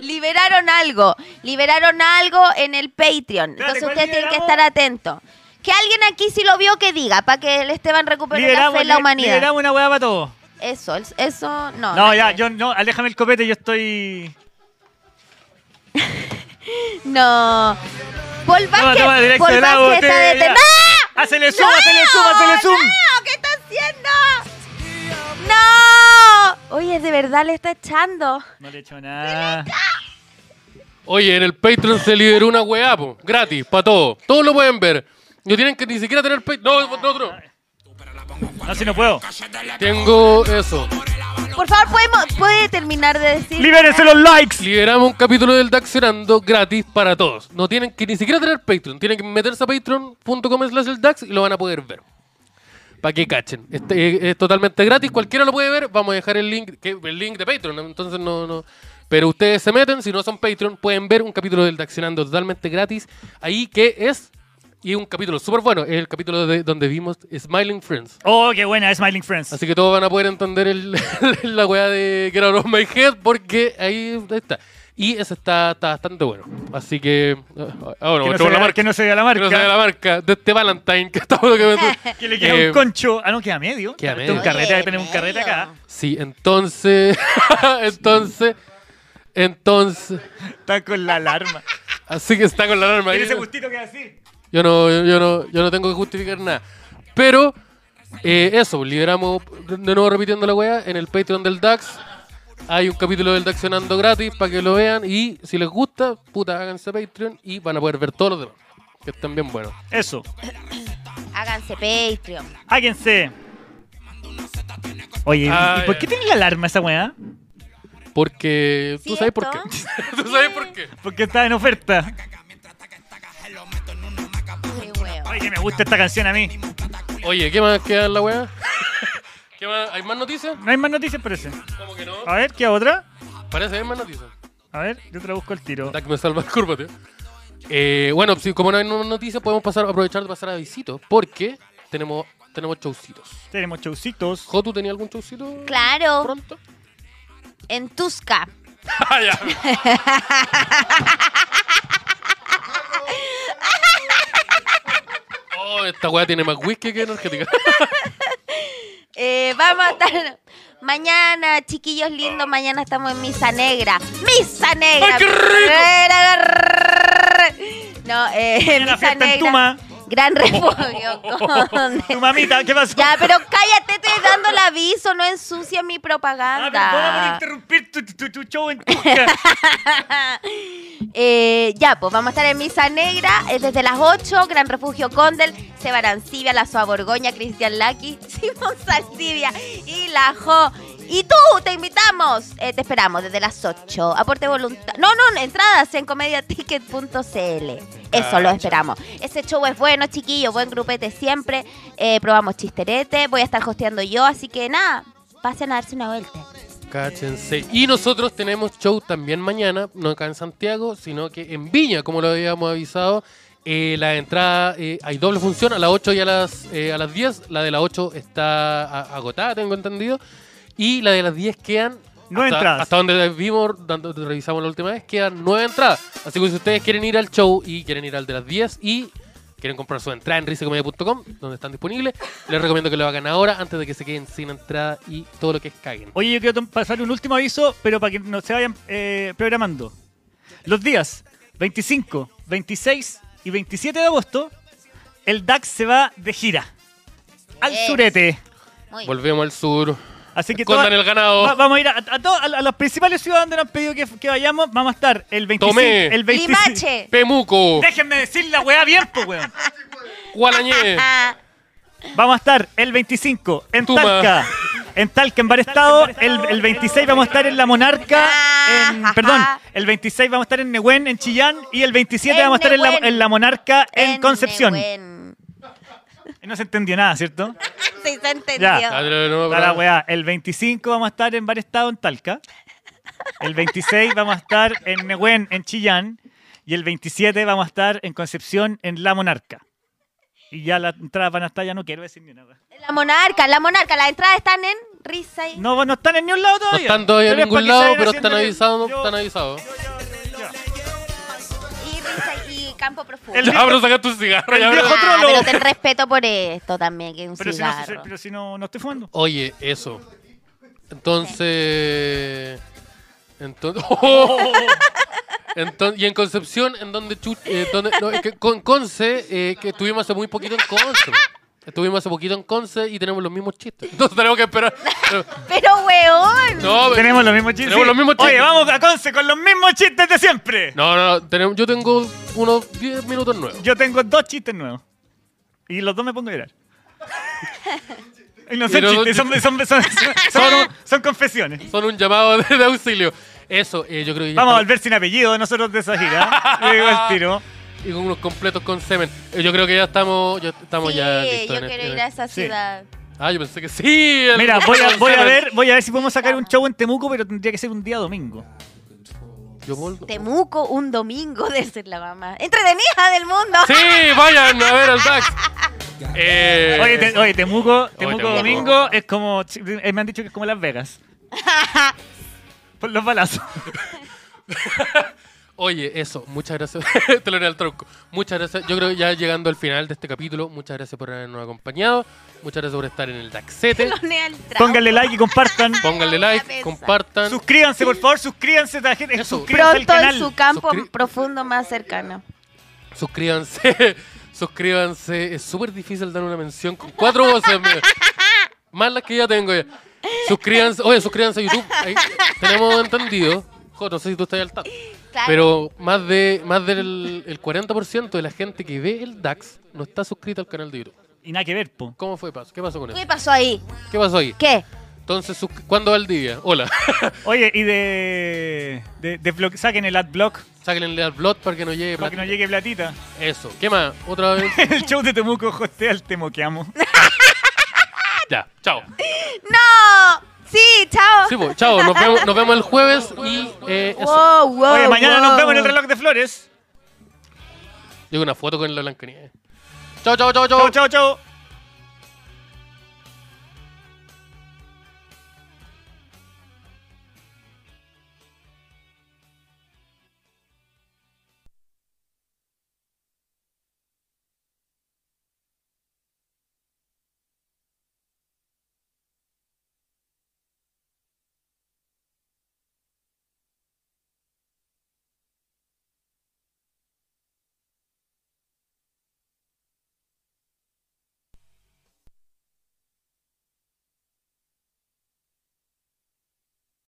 S2: liberaron algo, liberaron algo en el Patreon. Entonces
S1: ¿cuál
S2: ustedes tienen que
S1: liberamos?
S2: estar atentos. Que alguien aquí si lo vio que diga, para que el Esteban recupere la fe en la
S1: liber-
S2: humanidad.
S1: liberamos una weá para todos.
S2: Eso, el- eso no.
S1: No,
S2: no
S1: ya,
S2: sé.
S1: yo no, aléjame el copete, yo estoy.
S2: No. Paul
S1: No,
S2: Vázquez,
S1: toma directo
S2: Paul
S1: del agua.
S2: Vázquez está de...
S1: te- ya.
S2: ¡No!
S1: Hacele zoom, hacele zoom, hacele zoom.
S2: ¡No! ¿Qué está haciendo? ¡No! Oye, de verdad le está echando.
S1: No le he hecho nada.
S3: Oye, en el Patreon se liberó una weá, po. Gratis, para todos. Todos lo pueden ver. No tienen que ni siquiera tener Patreon. No, no, no, no.
S1: No, si no puedo.
S3: Tengo eso.
S2: Por favor, ¿podemos, ¿puede terminar de decir?
S1: ¡Libérense los likes!
S3: Liberamos un capítulo del Daxerando gratis para todos. No tienen que ni siquiera tener Patreon. Tienen que meterse a patreon.com slash el Dax y lo van a poder ver. Para que cachen. Este, eh, es totalmente gratis. Cualquiera lo puede ver. Vamos a dejar el link, que- el link de Patreon. ¿no? Entonces no, no. Pero ustedes se meten. Si no son Patreon, pueden ver un capítulo del Daxerando totalmente gratis. Ahí que es. Y un capítulo súper bueno. Es el capítulo de, donde vimos Smiling Friends.
S1: Oh, qué buena, Smiling Friends.
S3: Así que todos van a poder entender el- la weá de Get Out of My Head porque ahí está. Y ese está, está bastante bueno. Así que. ah, Ahora,
S1: que, no
S3: mostramos
S1: se
S3: la
S1: vea,
S3: marca.
S1: que no se vea la
S3: Que no se vea
S1: marca.
S3: la marca de este Valentine que estamos que me-
S1: Que le queda
S3: Eh,
S1: un concho. Ah, no, queda medio.
S3: queda
S1: Tengo
S3: medio.
S1: Un carrete, hay
S2: Oye,
S1: que tener un carrete
S2: medio.
S1: acá.
S3: Sí, entonces. entonces. Entonces.
S1: Está con la alarma.
S3: Así que está con la alarma
S1: Tiene
S3: ahí.
S1: ese gustito que así.
S3: Yo no, yo, yo no, yo no tengo que justificar nada. Pero, eh, eso, liberamos, de nuevo repitiendo la weá, en el Patreon del DAX. Hay un capítulo del DAXionando gratis para que lo vean. Y si les gusta, puta, háganse Patreon y van a poder ver todos los demás. Que están bien buenos.
S1: Eso.
S2: Háganse Patreon.
S1: Háganse. Oye, ¿y-
S3: Ah,
S1: ¿y por
S3: ya.
S1: qué tiene la alarma esa weá?
S3: Porque. ¿Tú sabes por qué?
S2: ¿Cierto?
S3: ¿Tú sabes por qué?
S1: Porque está en oferta.
S2: Qué huevo.
S1: Oye, que me gusta esta canción a mí.
S3: Oye, ¿qué más queda en la weá? ¿Qué más? ¿Hay más noticias?
S1: No hay más noticias, parece.
S3: ¿Cómo que no?
S1: A ver, ¿qué otra?
S3: Parece que hay más noticias.
S1: A ver, yo te la busco el tiro.
S3: Tac, me salva el curva, tío. Eh, bueno, sí, como no hay no- noticias, podemos pasar, aprovechar de pasar a visitos, porque tenemos, tenemos showcitos.
S1: Tenemos showcitos.
S3: ¿Jotu tenía algún showcito
S2: Claro,
S3: pronto?
S2: en Tusca.
S3: Ah, ya. oh, esta weá tiene más whisky que energética.
S2: Eh, vamos a estar mañana, chiquillos lindos. Mañana estamos en Misa Negra. ¡Misa Negra!
S3: ¡Ay, qué rico!
S2: No, eh,
S1: la
S2: Misa
S1: fiesta en
S2: Negra.
S1: Tuma.
S2: Gran refugio. con-
S1: Tu mamita, ¿qué pasó?
S2: Ya, pero cállate, estoy dando el aviso, no ensucia mi
S1: Ah, perdona por
S2: propaganda.
S1: interrumpir tu, tu- tu show en Tuca.
S2: Eh, ya, pues vamos a estar en Misa Negra eh, desde las 8, Gran Refugio Condel, Seba Arancibia, La Soa Borgoña, Cristian Laki, Simón Saldivia y La Jo. Y tú, te invitamos, Eh, te esperamos desde las 8. Aporte voluntario. No, no, entradas en comediaticket.cl. Eso lo esperamos. Ese show es bueno, chiquillo, buen grupete siempre. Eh, probamos chisterete, voy a estar hosteando yo, así que nada, pasen a darse una vuelta.
S3: Cáchense. Y nosotros tenemos show también mañana, no acá en Santiago, sino que en Viña, como lo habíamos avisado. Eh, la entrada, eh, hay doble función, a las 8 y a las, eh, a las 10. La de las 8 está a- agotada, tengo entendido. Y la de las 10 quedan...
S1: Nueve
S3: hasta-
S1: entradas.
S3: Hasta donde vimos, donde revisamos la última vez, quedan nueve entradas. Así que si ustedes quieren ir al show y quieren ir al de las 10 y quieren comprar su entrada en risecomedia.com, donde están disponibles, les recomiendo que lo hagan ahora antes de que se queden sin entrada y todo lo que es caguen.
S1: Oye, yo quiero tom- pasar un último aviso, pero para que no se vayan eh, programando. Los días 25, 26 y 27 de agosto, el DAX se va de gira. Al
S2: Yes.
S1: surete.
S2: Muy bien.
S3: Volvemos al sur.
S1: Así que
S3: Contan
S1: toda-
S3: el ganado.
S1: va- vamos a ir a, a to- a- a los principales ciudades donde nos han pedido que, que vayamos. Vamos a estar el 25.
S3: Tomé.
S1: El 25.
S2: Limache.
S3: Pemuco,
S1: Déjenme decir la weá bien, pues, weón.
S3: Gualañé.
S2: Ah,
S1: Vamos a estar el 25 en
S3: Tuma.
S1: Talca. En Talca, en Bar Estado. El, el 26 vamos a estar en La Monarca. en-
S2: Ah,
S1: perdón,
S2: ajá.
S1: el 26 vamos a estar en Nehuen, en Chillán. Y el 27
S2: En
S1: vamos a estar en la,
S2: Nehuen.
S1: en La Monarca, en, Concepción.
S2: Nehuen.
S1: No se entendió nada, ¿cierto?
S2: Sí, se entendió.
S3: Ah, de la nueva
S1: Está la
S3: parada.
S1: weá. El 25 vamos a estar en Bar Estado, en Talca. El 26 vamos a estar en Nehuen, en Chillán. Y el 27 vamos a estar en Concepción, en La Monarca. Y ya las entradas van a estar, ya no quiero decir ni nada.
S2: La monarca, la monarca. Las entradas están en Risa. y-
S1: No, no están en ningún lado
S3: No
S1: todavía.
S3: están todavía en
S1: Pero es para que
S3: ningún lado,
S1: se vayan
S3: pero
S1: haciendo
S3: están
S1: bien.
S3: avisados.
S1: Yo-
S3: Están avisados.
S2: Y Risa y Campo Profundo.
S1: El
S3: Ya, pero saca tu cigarro.
S1: El
S3: ya,
S1: viejo
S3: pero-
S1: otro
S2: Ah,
S1: lo-
S2: pero ten respeto por esto también, que es un
S1: Pero si, no,
S2: cigarro.
S1: pero si no, no estoy fumando.
S3: Oye, eso. Entonces. Entonces. ¡Oh! Enton- y en Concepción, en donde. chu- eh, donde- no, es que con Conce, eh, que estuvimos hace muy poquito en Conce. Estuvimos hace poquito en Conce y tenemos los mismos chistes. Entonces tenemos que esperar. pero-
S2: Pero, weón.
S3: no,
S1: Tenemos los mismos chistes.
S3: Tenemos los mismos
S1: Oye,
S3: chistes.
S1: vamos a Conce con los mismos chistes de siempre.
S3: No, no, no, tenemos- yo tengo unos 10 minutos nuevos.
S1: Yo tengo dos chistes nuevos. Y los dos me pongo a llorar. Y no son
S3: Pero-
S1: chistes, son, son, son, son- son- son confesiones.
S3: Son un llamado de, de auxilio. Eso, eh, yo creo que ya
S1: Vamos a
S3: estamos-
S1: volver sin apellido nosotros de esa gira. Le digo al tiro.
S3: y con unos completos con semen. Eh, Yo creo que ya estamos, ya estamos
S2: Sí,
S3: ya
S2: yo
S3: listos. en este
S2: quiero
S3: el-
S2: ir a esa
S1: Sí.
S2: ciudad.
S3: Ah, yo pensé que sí. el-
S1: Mira, voy a,
S3: el
S1: voy a
S3: semen.
S1: ver, voy a ver si podemos sacar un show en Temuco, pero tendría que ser un día domingo.
S3: Yo vuelvo.
S2: Temuco, un domingo, de ser la mamá. Entretenida del mundo.
S3: Sí, vayan a ver al DAX. Eh,
S1: Oye, te- oye, Temuco, Temuco
S3: Temuco.
S1: Domingo es como. eh, Me han dicho que es como Las Vegas. Por los balazos.
S3: Oye, eso, muchas gracias. Te lo haré al tronco. Muchas gracias. Yo creo que ya llegando al final de este capítulo, muchas gracias por habernos acompañado. Muchas gracias por estar en el DAXete.
S2: Clonea el trauma.
S1: Pónganle like y compartan.
S3: Pónganle
S2: Vamos a
S3: like,
S2: pensar.
S3: compartan.
S1: Suscríbanse, por favor, suscríbanse, la gente.
S3: Eso.
S1: Suscríbanse al
S2: Pronto en
S1: canal.
S2: su campo
S3: Suscri-
S2: profundo más cercano.
S3: Suscríbanse. Suscríbanse. Es súper difícil dar una mención con cuatro voces. mira. Más las que ya tengo ya. Suscríbanse. Oye, suscríbanse a YouTube. Ahí tenemos entendido. Jo, no sé si tú estás al tanto.
S2: Claro.
S3: Pero más de más del el 40% de la gente que ve el DAX no está suscrita al canal de YouTube.
S1: Y nada que ver, po.
S3: ¿Cómo fue paso? ¿Qué pasó con
S2: ¿Qué
S3: eso?
S2: pasó ahí?
S3: ¿Qué pasó ahí?
S2: ¿Qué?
S3: Entonces, sus- ¿cuándo va el día? Hola.
S1: Oye, y de. de, de blo- saquen el adblock
S3: Sáquenle al blog para que no llegue.
S1: para que no
S3: platita.
S1: llegue platita.
S3: Eso. ¿Qué más? Otra vez.
S1: El show de Temuco hostea al Temoqueamo.
S3: ya. Chao.
S2: ¡No! Sí, chao.
S3: Sí, pues, chao. Nos vemos, nos vemos el jueves y eh, eso.
S2: Wow, wow,
S1: Oye, mañana nos
S2: Oh, wow.
S1: vemos en el reloj de flores.
S3: Llega una foto con la Blancanieves. Chao, chao, chao, chao.
S1: Chau, chau, chau.